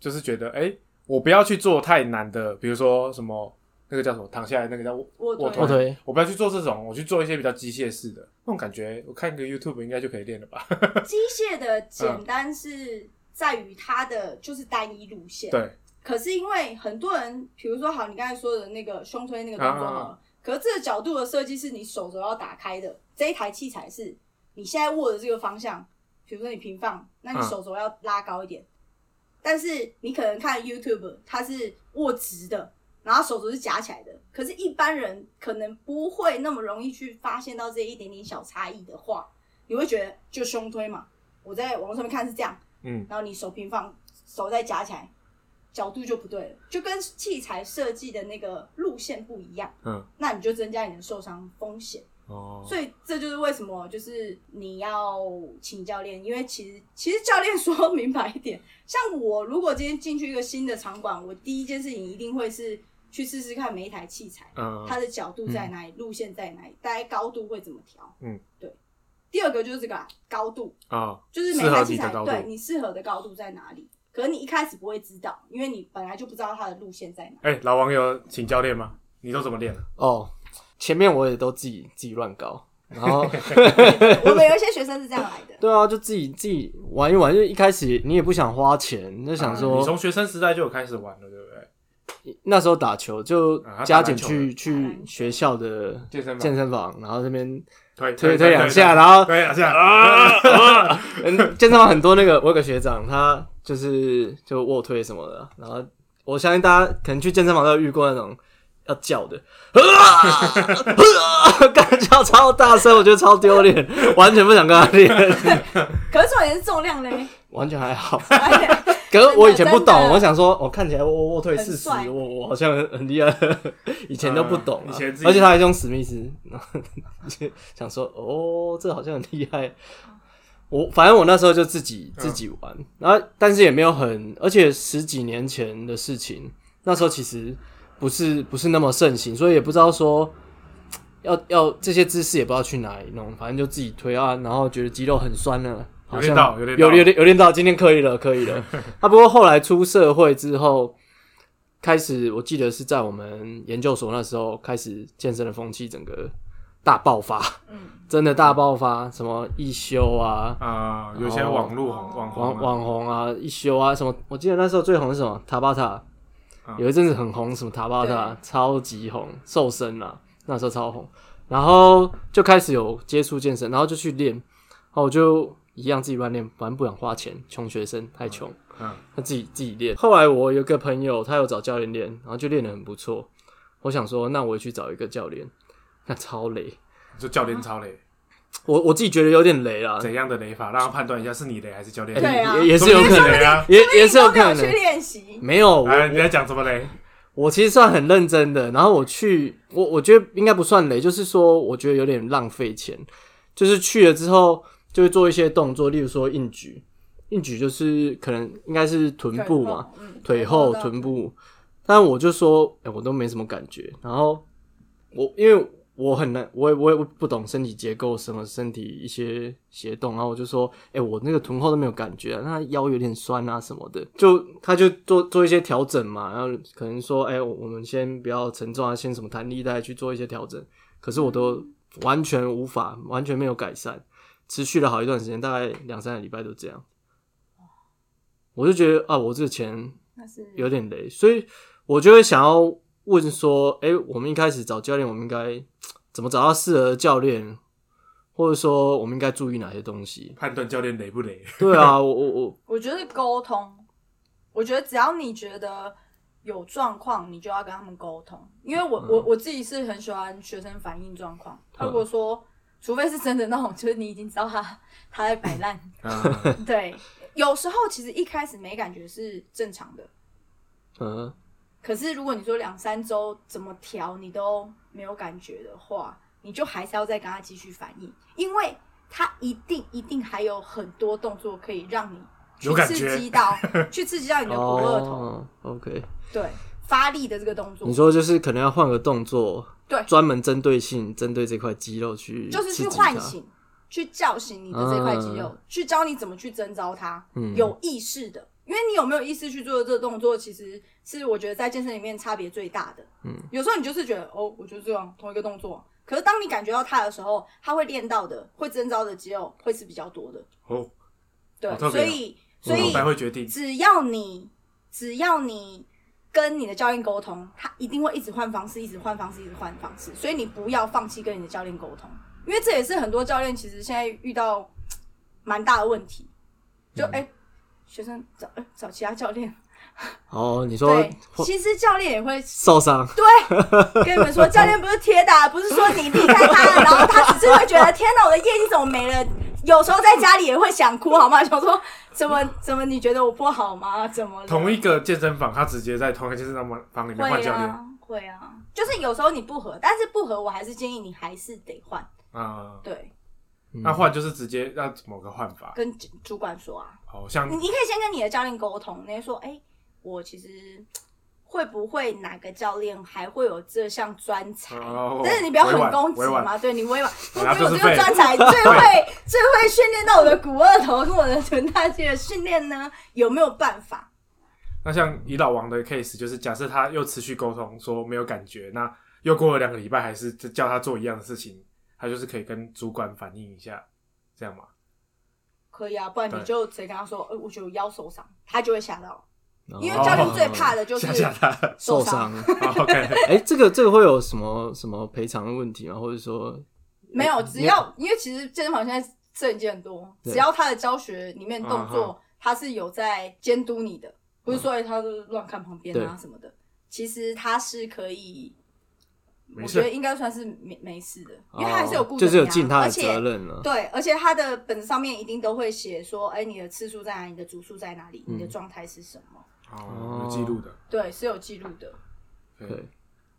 [SPEAKER 2] 就是觉得，哎、我不要去做太难的，比如说什么那个叫什么躺下来那个叫卧
[SPEAKER 1] <laughs> 我
[SPEAKER 2] 卧
[SPEAKER 3] 哦
[SPEAKER 2] 推，
[SPEAKER 3] 对，
[SPEAKER 2] 我不要去做这种，我去做一些比较机械式的那种感觉。我看个 YouTube 应该就可以练了吧？ <laughs>
[SPEAKER 1] 机械的
[SPEAKER 2] 嗯
[SPEAKER 1] 简单是在于它的就是单一路线，
[SPEAKER 2] 对，
[SPEAKER 1] 可是因为很多人，比如说好，你刚才说的那个胸推那个动作好了，
[SPEAKER 2] 啊啊
[SPEAKER 1] 可是这个角度的设计是你手肘要打开的，这一台器材是你现在握的这个方向，比如说你平放，那你
[SPEAKER 2] 嗯
[SPEAKER 1] 手肘要拉高一点。但是你可能看 YouTube，它是握直的，然后手肘是夹起来的。可是，一般人可能不会那么容易去发现到这一点点小差异的话，你会觉得就胸推嘛，我在网络上面看是这样，
[SPEAKER 2] 嗯，
[SPEAKER 1] 然后你手平放，手再夹起来，角度就不对了，就跟器材设计的那个路线不一样，
[SPEAKER 2] 嗯，
[SPEAKER 1] 那你就增加你的受伤风险。
[SPEAKER 2] 哦，
[SPEAKER 1] 所以这就是为什么就是你要请教练，因为其实其实教练说明白一点，像我如果今天进去一个新的场馆，我第一件事情一定会是去试试看每一台器材，
[SPEAKER 2] 嗯，
[SPEAKER 1] 它的角度在哪里，路线在哪里，大概高度会怎么调。
[SPEAKER 2] 嗯，
[SPEAKER 1] 对。第二个就是这个、啊、高度，
[SPEAKER 2] 啊，
[SPEAKER 1] 就是每
[SPEAKER 2] 适合
[SPEAKER 1] 台
[SPEAKER 2] 你
[SPEAKER 1] 器
[SPEAKER 2] 的
[SPEAKER 1] 材
[SPEAKER 2] 高度
[SPEAKER 1] 对你适合的高度在哪里。可能你一开始不会知道，因为你本来就不知道它的路线在哪。
[SPEAKER 2] 哎、老王有请教练吗？你都怎么练的？
[SPEAKER 3] 哦，前面我也都自己自己乱搞，然
[SPEAKER 2] <laughs>
[SPEAKER 3] 后 <laughs>
[SPEAKER 1] 我们有一些学生是这样来的，
[SPEAKER 3] 对啊，就自己自己玩一玩，就一开始你也不想花钱，你就想
[SPEAKER 2] 啊你
[SPEAKER 3] 说、
[SPEAKER 2] 从学生时代就有开始玩了，对不对？
[SPEAKER 3] 那时候打球就
[SPEAKER 2] 啊他打
[SPEAKER 3] 加减
[SPEAKER 2] 篮球
[SPEAKER 3] 去
[SPEAKER 1] 打
[SPEAKER 3] 去
[SPEAKER 1] 篮球
[SPEAKER 3] 学校的
[SPEAKER 2] 健身房
[SPEAKER 3] 健身房，然后这边
[SPEAKER 2] 推
[SPEAKER 3] 推推两下，然后
[SPEAKER 2] 推两
[SPEAKER 3] <laughs>
[SPEAKER 2] 下啊！啊
[SPEAKER 3] 嗯，健身房很多那个，我有个学长，他就是就卧推什么的，然后我相信大家可能去健身房都有遇过那种要叫的，啊，啊 <laughs> 干叫超大声，我觉得超丢脸，完全不想跟他练，
[SPEAKER 1] 可是重点是重量嘞，
[SPEAKER 3] <laughs> 完全还好。
[SPEAKER 1] 哎
[SPEAKER 3] <laughs> 可是我以前不
[SPEAKER 1] 真
[SPEAKER 3] 懂，
[SPEAKER 1] 的
[SPEAKER 3] 我想说，我、哦看起来我卧推
[SPEAKER 1] 很
[SPEAKER 3] 四十，
[SPEAKER 1] 帅
[SPEAKER 3] 我我好像很厉害， <laughs> 以前都不懂、啊
[SPEAKER 2] 嗯以前自己
[SPEAKER 3] 而且他还是用史密斯， <laughs> 然后就想说，哦，这好像很厉害。我反正我那时候就自己
[SPEAKER 2] 嗯
[SPEAKER 3] 自己玩，然后但是也没有很，而且十几年前的事情，那时候其实不是不是那么盛行，所以也不知道说要要这些姿势也不知道去哪里弄，反正就自己推啊，然后觉得肌肉很酸了，好像
[SPEAKER 2] 有练到有练到
[SPEAKER 3] 有有练有练到，今天可以了，可
[SPEAKER 2] <laughs>
[SPEAKER 3] 以了。啊，不过后来出社会之后，开始我记得是在我们研究所那时候开始健身的风气整个大爆发，
[SPEAKER 1] 嗯，
[SPEAKER 3] 真的大爆发，什么一休啊，
[SPEAKER 2] 啊，有些网络红网
[SPEAKER 3] 哦网
[SPEAKER 2] 红啊
[SPEAKER 3] 网红啊，一休啊，什么？我记得那时候最红是什么？塔巴塔，
[SPEAKER 2] 嗯
[SPEAKER 3] 有一阵子很红，什么塔巴塔，超级红，瘦身啊，那时候超红。然后就开始有接触健身，然后就去练，然后我就一样自己乱练，反正不想花钱，穷学生太穷，
[SPEAKER 2] 嗯，
[SPEAKER 3] 那自己自己练。后来我有个朋友，他有找教练练，然后就练得很不错。我想说，那我也去找一个教练，那超累，
[SPEAKER 2] 就教练操嘞，
[SPEAKER 3] 我我自己觉得有点累啦，
[SPEAKER 2] 怎样的雷法让他判断一下是你雷还是教练？
[SPEAKER 1] 对啊
[SPEAKER 3] 也也是有可
[SPEAKER 2] 说不定
[SPEAKER 3] 能，
[SPEAKER 2] 雷啊！
[SPEAKER 3] 也也是有
[SPEAKER 1] 都没
[SPEAKER 3] 可
[SPEAKER 1] 有去
[SPEAKER 3] 能。
[SPEAKER 1] 练习，
[SPEAKER 3] 没有，我
[SPEAKER 2] 哎来，你在讲什么雷？？
[SPEAKER 3] 我其实算很认真的，然后我去，我我觉得应该不算累，就是说我觉得有点浪费钱，就是去了之后就会做一些动作，例如说硬举，硬举就是可能应该是臀部嘛，
[SPEAKER 1] 嗯，
[SPEAKER 3] 腿后、
[SPEAKER 1] 的
[SPEAKER 3] 臀部，但我就说，哎、我都没什么感觉。然后我因为我很难，我也我也不懂身体结构，什么身体一些斜动，然后我就说，哎、我那个臀后都没有感觉、啊，那腰有点酸啊什么的。就他就做做一些调整嘛，然后可能说，哎、我我们先不要沉重啊，先什么弹力带去做一些调整。可是我都完全无法，完全没有改善，持续了好一段时间，大概两三个礼拜都这样。我就觉得啊，我这个钱
[SPEAKER 1] 那是
[SPEAKER 3] 有点雷，所以我就会想要问说，哎、我们一开始找教练，我们应该怎么找到适合的教练，或者说我们应该注意哪些东西
[SPEAKER 2] 判断教练雷不雷？
[SPEAKER 3] 对啊，我我我
[SPEAKER 1] 我觉得沟通，我觉得只要你觉得有状况，你就要跟他们沟通。因为我、我我自己是很喜欢学生反映状况。
[SPEAKER 3] 嗯
[SPEAKER 1] 如果说，除非是真的那种，就是你已经知道他他在摆烂，
[SPEAKER 3] <laughs>
[SPEAKER 2] 啊，
[SPEAKER 1] 对，有时候其实一开始没感觉是正常的。 <laughs>
[SPEAKER 3] 嗯
[SPEAKER 1] 可是如果你说两三周怎么调你都没有感觉的话，你就还是要再跟他继续反应，因为他一定一定还有很多动作可以让你去
[SPEAKER 2] 有感觉
[SPEAKER 1] 刺激
[SPEAKER 2] <laughs>
[SPEAKER 1] 到，去刺激到你的股二头，
[SPEAKER 3] 哦，OK，
[SPEAKER 1] 对发力的这个动作
[SPEAKER 3] 你，说就是可能要换个动作，
[SPEAKER 1] 对
[SPEAKER 3] 专门针对性针对这块肌肉去，
[SPEAKER 1] 就是去唤，醒、去叫醒你的这块肌
[SPEAKER 2] 嗯
[SPEAKER 1] 肉，去教你怎么去征召它，
[SPEAKER 3] 嗯
[SPEAKER 1] 有意识的。因为你有没有意识去做这个动作，其实是我觉得在健身里面差别最大的。
[SPEAKER 3] 嗯，
[SPEAKER 1] 有时候你就是觉得哦，我就这样同一个动作，可是当你感觉到它的时候，它会练到的、会征召的肌肉会是比较多的。
[SPEAKER 2] 哦，
[SPEAKER 1] 对，
[SPEAKER 2] 好特别
[SPEAKER 1] 所
[SPEAKER 2] 哦
[SPEAKER 1] 以所以
[SPEAKER 2] 脑袋会决定。
[SPEAKER 1] 只要你只要你跟你的教练沟通，他一定会一直换方式，一直换方式，一直换方式。所以你不要放弃跟你的教练沟通，因为这也是很多教练其实现在遇到嘖蛮大的问题。就哎、学生找哎找其他教练，
[SPEAKER 3] 哦，你说
[SPEAKER 1] 对，其实教练也会
[SPEAKER 3] 受伤，
[SPEAKER 1] 跟你们说，教练不是贴的啊、不是说你离开他了，然后他只是会觉得天哪，我的业绩怎么没了？有时候在家里也会想哭，好吗？想说怎么怎么你觉得我不好吗？怎么了？
[SPEAKER 2] 同一个健身房，他直接在同一个健身房里面换
[SPEAKER 1] 会啊
[SPEAKER 2] 教练。
[SPEAKER 1] 啊，会啊，就是有时候你不合，但是不合，我还是建议你还是得换，
[SPEAKER 2] 啊、
[SPEAKER 1] 对，
[SPEAKER 3] 嗯
[SPEAKER 2] 那换就是直接让某个换法，
[SPEAKER 1] 跟主主管说啊，
[SPEAKER 2] 好像
[SPEAKER 1] 你你可以先跟你的教练沟通，你会说，哎、我其实会不会哪个教练还会有这项专才？
[SPEAKER 2] 哦
[SPEAKER 1] 但是你不要
[SPEAKER 2] 委
[SPEAKER 1] 很
[SPEAKER 2] 婉
[SPEAKER 1] 攻击
[SPEAKER 2] 委婉
[SPEAKER 1] 嘛，对你委
[SPEAKER 2] <laughs>
[SPEAKER 1] 婉，不
[SPEAKER 2] 然后
[SPEAKER 1] 给我
[SPEAKER 2] 就
[SPEAKER 1] 这
[SPEAKER 2] 是
[SPEAKER 1] 个
[SPEAKER 2] 废
[SPEAKER 1] 专
[SPEAKER 2] <laughs>
[SPEAKER 1] 才，最会最会训练到我的股二头跟我的臀大肌的训练呢，有没有办法？
[SPEAKER 2] 那像胰岛王的 case，就是假设他又持续沟通说没有感觉，那又过了两个礼拜还是叫他做一样的事情，他就是可以跟主管反映一下，这样嘛？
[SPEAKER 1] 可以啊，不然你
[SPEAKER 2] 对
[SPEAKER 1] 就直接跟他说，呃，我觉得我腰受伤，他就会吓到，因为
[SPEAKER 2] 哦
[SPEAKER 1] 教练最怕
[SPEAKER 3] 的
[SPEAKER 1] 的就是
[SPEAKER 2] <laughs> 吓吓他。
[SPEAKER 3] 受
[SPEAKER 1] 伤
[SPEAKER 3] 伤。。
[SPEAKER 2] 好 OK，
[SPEAKER 3] 哎、这个这个会有什么什么赔偿的问题吗？或者说，
[SPEAKER 1] 没有，只要因为其实健身房现在摄影机很多，
[SPEAKER 3] 哎对啊
[SPEAKER 1] 只要他的教学里面动
[SPEAKER 2] 嗯
[SPEAKER 1] 作，他是有在监督你的，不是说哎他是乱看旁边啊
[SPEAKER 3] 嗯对
[SPEAKER 1] 什么的。其实他是可以，我
[SPEAKER 2] 没事
[SPEAKER 1] 觉得应该算是没没事的，因为他还是有顾着你啊、
[SPEAKER 3] 哦就是有尽他
[SPEAKER 1] 而
[SPEAKER 3] 的
[SPEAKER 1] 且
[SPEAKER 3] 责任啊了。
[SPEAKER 1] 对，而且他的本子上面一定都会写说，哎，你的次数在哪里，你的组数在哪里，
[SPEAKER 3] 嗯
[SPEAKER 1] 你的状态是什么？
[SPEAKER 2] 哦，有记录的。
[SPEAKER 1] 对，是有记录的。
[SPEAKER 2] 对
[SPEAKER 3] 对，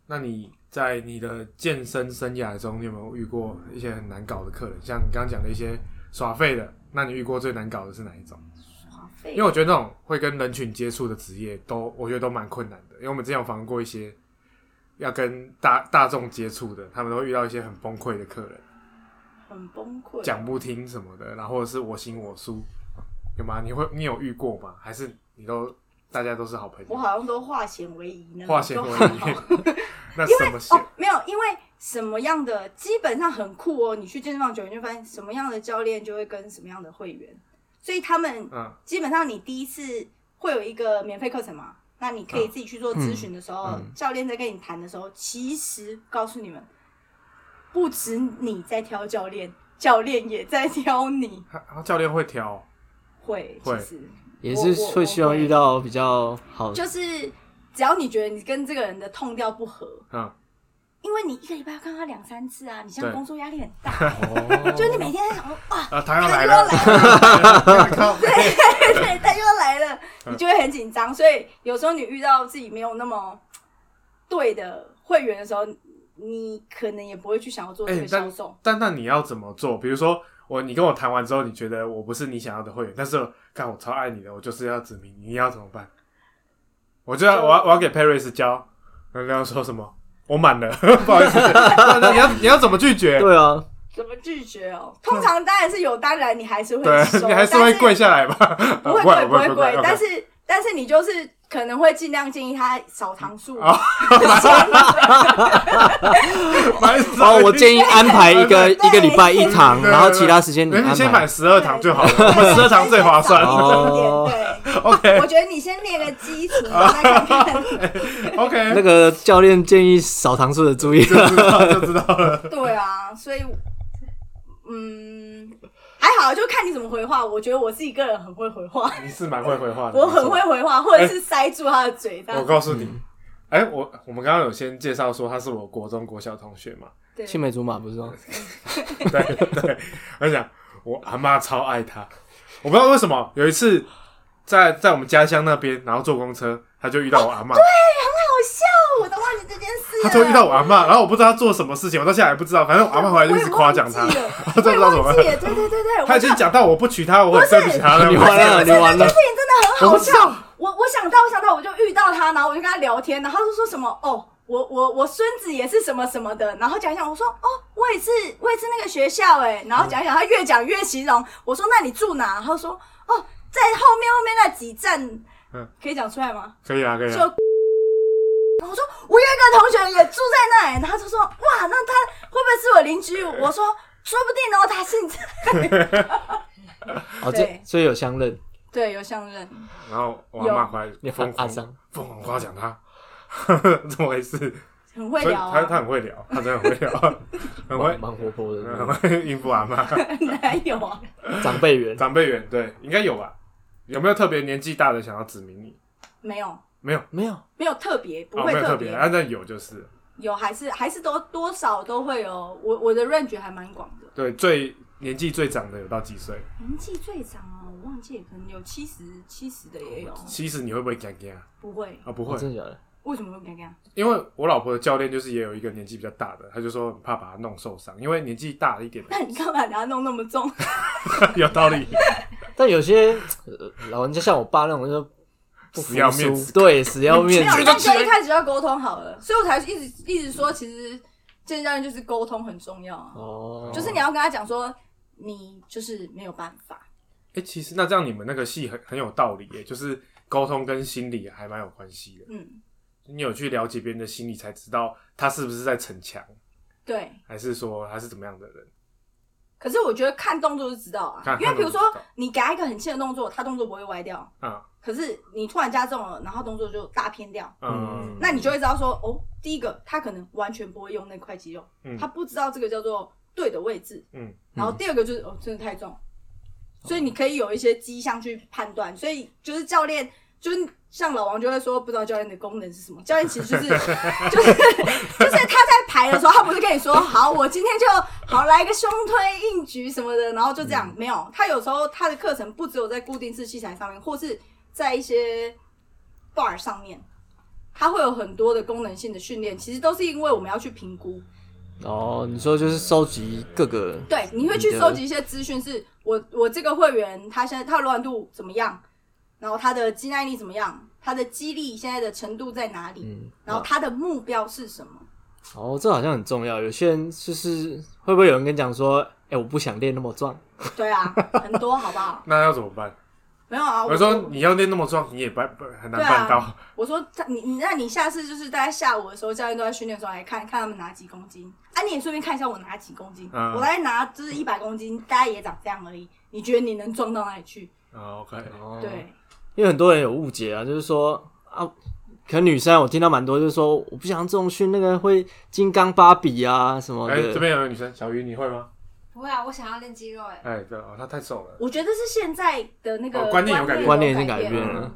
[SPEAKER 2] 那你在你的健身生涯中，你有没有遇过一些很难搞的客人？像你刚刚讲的一些耍废的，那你遇过最难搞的是哪一种？
[SPEAKER 1] 耍废
[SPEAKER 2] 因为我觉得那种会跟人群接触的职业都，我觉得都蛮困难的。因为我们之前有访问过一些要跟大大众接触的，他们都会遇到一些很崩溃的客人，
[SPEAKER 1] 很崩溃。
[SPEAKER 2] 讲不听什么的，然后或者是我行我素，有吗？你会你有遇过吗？还是你都大家都是好朋
[SPEAKER 1] 我
[SPEAKER 2] 友？
[SPEAKER 1] 好像都化险为夷呢，
[SPEAKER 2] 化险为
[SPEAKER 1] 就
[SPEAKER 2] 夷
[SPEAKER 1] 还好
[SPEAKER 2] 那
[SPEAKER 1] 因
[SPEAKER 2] 什
[SPEAKER 1] 为
[SPEAKER 2] 么险
[SPEAKER 1] 哦？，没有，因为什么样的基本上很酷哦。你去健身房久，你就发现什么样的教练就会跟什么样的会员，所以他们
[SPEAKER 2] 嗯，
[SPEAKER 1] 基本上你第一次会有一个免费课程嘛，那你可以自己去做咨询的时候，
[SPEAKER 3] 嗯嗯
[SPEAKER 1] 教练在跟你谈的时候，其实告诉你们，不止你在挑教练，教练也在挑你。
[SPEAKER 2] 他他教练会挑哦，
[SPEAKER 1] 会，其
[SPEAKER 2] 会
[SPEAKER 1] 实
[SPEAKER 3] 也
[SPEAKER 1] 我
[SPEAKER 3] 是
[SPEAKER 1] 我
[SPEAKER 3] 会希望
[SPEAKER 1] 我
[SPEAKER 3] 遇到比较好的。
[SPEAKER 1] 就是只要你觉得你跟这个人的痛调不合，
[SPEAKER 2] 嗯，
[SPEAKER 1] 因为你一个礼拜要看他两三次啊，你现在
[SPEAKER 2] 对
[SPEAKER 1] 工作压力很
[SPEAKER 2] <laughs>
[SPEAKER 1] 大，
[SPEAKER 3] 哦
[SPEAKER 1] 就是你每天在想说哇，
[SPEAKER 2] 啊，他
[SPEAKER 1] 他
[SPEAKER 2] 要
[SPEAKER 1] 又
[SPEAKER 2] 来
[SPEAKER 1] 要
[SPEAKER 2] 了，
[SPEAKER 1] 来了，
[SPEAKER 2] <laughs> 靠
[SPEAKER 1] 对，他又要来了，
[SPEAKER 2] 嗯
[SPEAKER 1] 你就会很紧张。所以有时候你遇到自己没有那么对的会员的时候，你可能也不会去想要做这
[SPEAKER 2] 哎、
[SPEAKER 1] 个销
[SPEAKER 2] 但
[SPEAKER 1] 售。
[SPEAKER 2] 但那你要怎么做？比如说我，你跟我谈完之后，你觉得我不是你想要的会员，但是看我超爱你的，我就是要指明，你要怎么办？我就要
[SPEAKER 1] 就
[SPEAKER 2] 我要我要给 Paris 教，然后说什么？我满了， <laughs> 不好意思。那那你要你要怎么拒绝？
[SPEAKER 3] <laughs> 对啊，
[SPEAKER 1] 怎么拒绝哦？通常当然是有，当然你还是会收，
[SPEAKER 2] 对，你还是会跪下来吧？
[SPEAKER 1] 但是不会跪
[SPEAKER 2] <laughs> 不
[SPEAKER 1] 不会跪，但
[SPEAKER 2] OK
[SPEAKER 1] 是但是你就是可能会尽量建议他少糖数。
[SPEAKER 2] 哦买12
[SPEAKER 3] 哦，我建议安排一个
[SPEAKER 2] 对
[SPEAKER 1] 对
[SPEAKER 3] 一个礼拜一堂，
[SPEAKER 2] 对
[SPEAKER 3] 然后其他时间你
[SPEAKER 2] 对你
[SPEAKER 3] 安
[SPEAKER 2] 先
[SPEAKER 3] 排
[SPEAKER 2] 买。十二堂就好
[SPEAKER 1] <laughs>
[SPEAKER 2] 了，我 <laughs> 们十二堂最划算。
[SPEAKER 1] 少一点
[SPEAKER 3] 哦
[SPEAKER 1] 对。
[SPEAKER 2] OK
[SPEAKER 1] <laughs> 我觉得你先练个基础，然后再看
[SPEAKER 2] <laughs>
[SPEAKER 1] 看。
[SPEAKER 2] OK，
[SPEAKER 3] 那个教练建议少糖数的注意。
[SPEAKER 2] 知道就知道了。 <laughs>
[SPEAKER 1] 对啊，所以，嗯，还好，就看你怎么回话。我觉得我自己个人很会回话，
[SPEAKER 2] 你是蛮会回话的，
[SPEAKER 1] 我很会回话，或者是塞住他的嘴。这
[SPEAKER 2] 哎我
[SPEAKER 1] 样
[SPEAKER 2] 告诉你，
[SPEAKER 3] 嗯
[SPEAKER 2] 哎、我我们刚刚有先介绍说他是我国中、国小同学嘛，
[SPEAKER 1] 对，
[SPEAKER 3] 青梅竹马不是吗？
[SPEAKER 2] 对
[SPEAKER 1] <laughs>
[SPEAKER 2] 对，我想我阿妈超爱他，我不知道为什么有一次在在我们家乡那边，然后坐公车，他就遇到我阿妈，
[SPEAKER 1] 好笑，我都忘记这件事
[SPEAKER 2] 他
[SPEAKER 1] 了。
[SPEAKER 2] 就遇到我阿妈，然后我不知道他做什么事情，我到现在还不知道，反正我阿妈回来就一直夸奖他
[SPEAKER 1] 我也忘记，了
[SPEAKER 2] <laughs> 我真的不知道怎么
[SPEAKER 1] 忘记，了，对对对对，
[SPEAKER 2] 他
[SPEAKER 1] 我
[SPEAKER 2] 已
[SPEAKER 1] 就
[SPEAKER 2] 经讲到我不娶她，我很对不起她了，
[SPEAKER 3] 你
[SPEAKER 2] 我
[SPEAKER 3] 完了，你完了。
[SPEAKER 1] 真的很好笑。我我想到，我想到，我就遇到他，然后我就跟他聊天，然后他就说什么哦。我我我孙子也是什么什么的，然后讲一讲，我说哦，我也是我也是那个学校哎、然后讲一讲，他越讲越形容，我说那你住哪？然后说哦，在后面后面那几站，
[SPEAKER 2] 嗯
[SPEAKER 1] 可以讲出来吗？
[SPEAKER 2] 可以啊，可以
[SPEAKER 1] 就
[SPEAKER 2] 啊，
[SPEAKER 1] 我说我有一个同学也住在那里，然后他就说哇，那他会不会是我邻居？我说说不定哦，他现在
[SPEAKER 3] 哦，这
[SPEAKER 1] 对
[SPEAKER 3] 所以有相认，
[SPEAKER 1] 对有相认，
[SPEAKER 2] 然后我阿妈回来
[SPEAKER 3] 有
[SPEAKER 2] 疯
[SPEAKER 3] 阿
[SPEAKER 2] 狂
[SPEAKER 3] 桑
[SPEAKER 2] 疯狂夸奖他， <laughs> 怎么回事？
[SPEAKER 1] 很会
[SPEAKER 2] 所以
[SPEAKER 1] 聊、
[SPEAKER 2] 他他
[SPEAKER 1] <laughs> 啊，
[SPEAKER 2] 很会聊，他真的很会聊，
[SPEAKER 1] <laughs>
[SPEAKER 2] 很会
[SPEAKER 3] 蛮蛮活泼
[SPEAKER 2] 很
[SPEAKER 3] 的
[SPEAKER 2] 会 <laughs> 应付阿妈。
[SPEAKER 1] 哪有啊？
[SPEAKER 3] 长辈缘。
[SPEAKER 2] 长辈缘对，应该有吧？有没有特别年纪大的想要指明你？
[SPEAKER 1] 没有
[SPEAKER 2] 没有，
[SPEAKER 3] 没有，
[SPEAKER 1] 没有特别，不
[SPEAKER 2] 哦，
[SPEAKER 1] 会
[SPEAKER 2] 没有特
[SPEAKER 1] 特
[SPEAKER 2] 别，
[SPEAKER 1] 别。
[SPEAKER 2] 啊，那有就是
[SPEAKER 1] 有还是还是都多少都会有，我我的 range 还蛮广的。
[SPEAKER 2] 对最年纪最长的有到几岁？
[SPEAKER 1] 年纪最长哦，我忘记了，可能有七十七十的也有，
[SPEAKER 2] 哦其实你会不会尴尬？
[SPEAKER 1] 不会，
[SPEAKER 2] 啊，不
[SPEAKER 3] 哦
[SPEAKER 2] 会，
[SPEAKER 3] 真的假的？
[SPEAKER 1] 我为什么会不敢？
[SPEAKER 2] 因为我老婆的教练就是也有一个年纪比较大的，他就说很怕把他弄受伤，因为年纪大一点
[SPEAKER 1] <laughs> <laughs> 那你干嘛把它弄那么
[SPEAKER 2] <laughs>
[SPEAKER 1] 重？
[SPEAKER 2] 的有道理，
[SPEAKER 3] 但有些、呃老人家像我爸那种就不服
[SPEAKER 2] 死要
[SPEAKER 3] 输
[SPEAKER 2] 面子
[SPEAKER 3] 对，死要面
[SPEAKER 1] 没有，
[SPEAKER 3] 子。
[SPEAKER 1] 那就一开始就要沟通好了，所以我才一直一直说，其实健教练就是沟通很重要啊，
[SPEAKER 3] 哦，
[SPEAKER 1] 就是你要跟他讲说你就是没有办法，
[SPEAKER 2] 哎、其实那这样你们那个戏很很有道理耶，就是沟通跟心理还蛮有关系的。
[SPEAKER 1] 嗯，
[SPEAKER 2] 你有去了解别人的心理，才知道他是不是在逞强，
[SPEAKER 1] 对。
[SPEAKER 2] 还是说他是怎么样的人。
[SPEAKER 1] 可是我觉得看动作就知道啊
[SPEAKER 2] 看，
[SPEAKER 1] 因为比如说
[SPEAKER 2] 看动作就知道
[SPEAKER 1] 你给他一个很轻的动作，他动作不会歪掉，
[SPEAKER 2] 啊，
[SPEAKER 1] 可是你突然加重了，然后动作就大偏掉，
[SPEAKER 2] 嗯，
[SPEAKER 1] 那你就会知道说，哦，第一个他可能完全不会用那块肌肉，
[SPEAKER 2] 嗯
[SPEAKER 1] 他不知道这个叫做对的位置，
[SPEAKER 2] 嗯，
[SPEAKER 1] 然后第二个就是哦，真的太重，所以你可以有一些迹象去判断，所以就是教练就是。像老王就会说，不知道教练的功能是什么。教练其实就是就是就是他在排的时候，他不是跟你说好，我今天就好来个胸推硬举什么的，然后就这样。没有，他有时候他的课程不只有在固定式器材上面，或是在一些 bar 上面，它会有很多的功能性的训练，其实都是因为我们要去评估。
[SPEAKER 3] 哦，你说就是收集各个
[SPEAKER 1] 对，你会去收集一些资讯，是我我这个会员他现在他的柔软度怎么样，然后他的肌耐力怎么样，他的肌力现在的程度在哪里，
[SPEAKER 3] 嗯，
[SPEAKER 1] 然后他的目标是什么？
[SPEAKER 2] 嗯
[SPEAKER 3] 哦，这好像很重要。有些人就是会不会有人跟你讲说，哎、我不想练那么壮，
[SPEAKER 1] 对
[SPEAKER 2] <laughs>
[SPEAKER 1] 啊，很多好不好？
[SPEAKER 2] 那要怎么办？
[SPEAKER 1] 没有啊，
[SPEAKER 2] 我说你要练那么壮，你也办不很难
[SPEAKER 1] 对啊
[SPEAKER 2] <laughs> 办到。
[SPEAKER 1] 我说他你你那你下次就是大概下午的时候，教练都在训练的时候来看看他们拿几公斤啊，你也顺便看一下我拿几公斤，
[SPEAKER 2] 嗯
[SPEAKER 1] 我来拿就是一百公斤，大概也长这样而已。你觉得你能撞到哪里去？
[SPEAKER 2] 哦 OK，
[SPEAKER 3] 哦，
[SPEAKER 1] 对，
[SPEAKER 3] 因为很多人有误解啊，就是说啊，可能女生我听到蛮多，就是说我不想重训，那个会金刚芭比啊什么的。
[SPEAKER 2] 哎、这边有个女生，小鱼你会吗？
[SPEAKER 4] 不会啊，我想要练肌肉哎、
[SPEAKER 2] 哎、对哦，她太瘦了。
[SPEAKER 1] 我觉得是现在的那个
[SPEAKER 2] 哦观念有改变
[SPEAKER 3] 观念已经改
[SPEAKER 1] 改
[SPEAKER 3] 变
[SPEAKER 1] 了。
[SPEAKER 3] 了，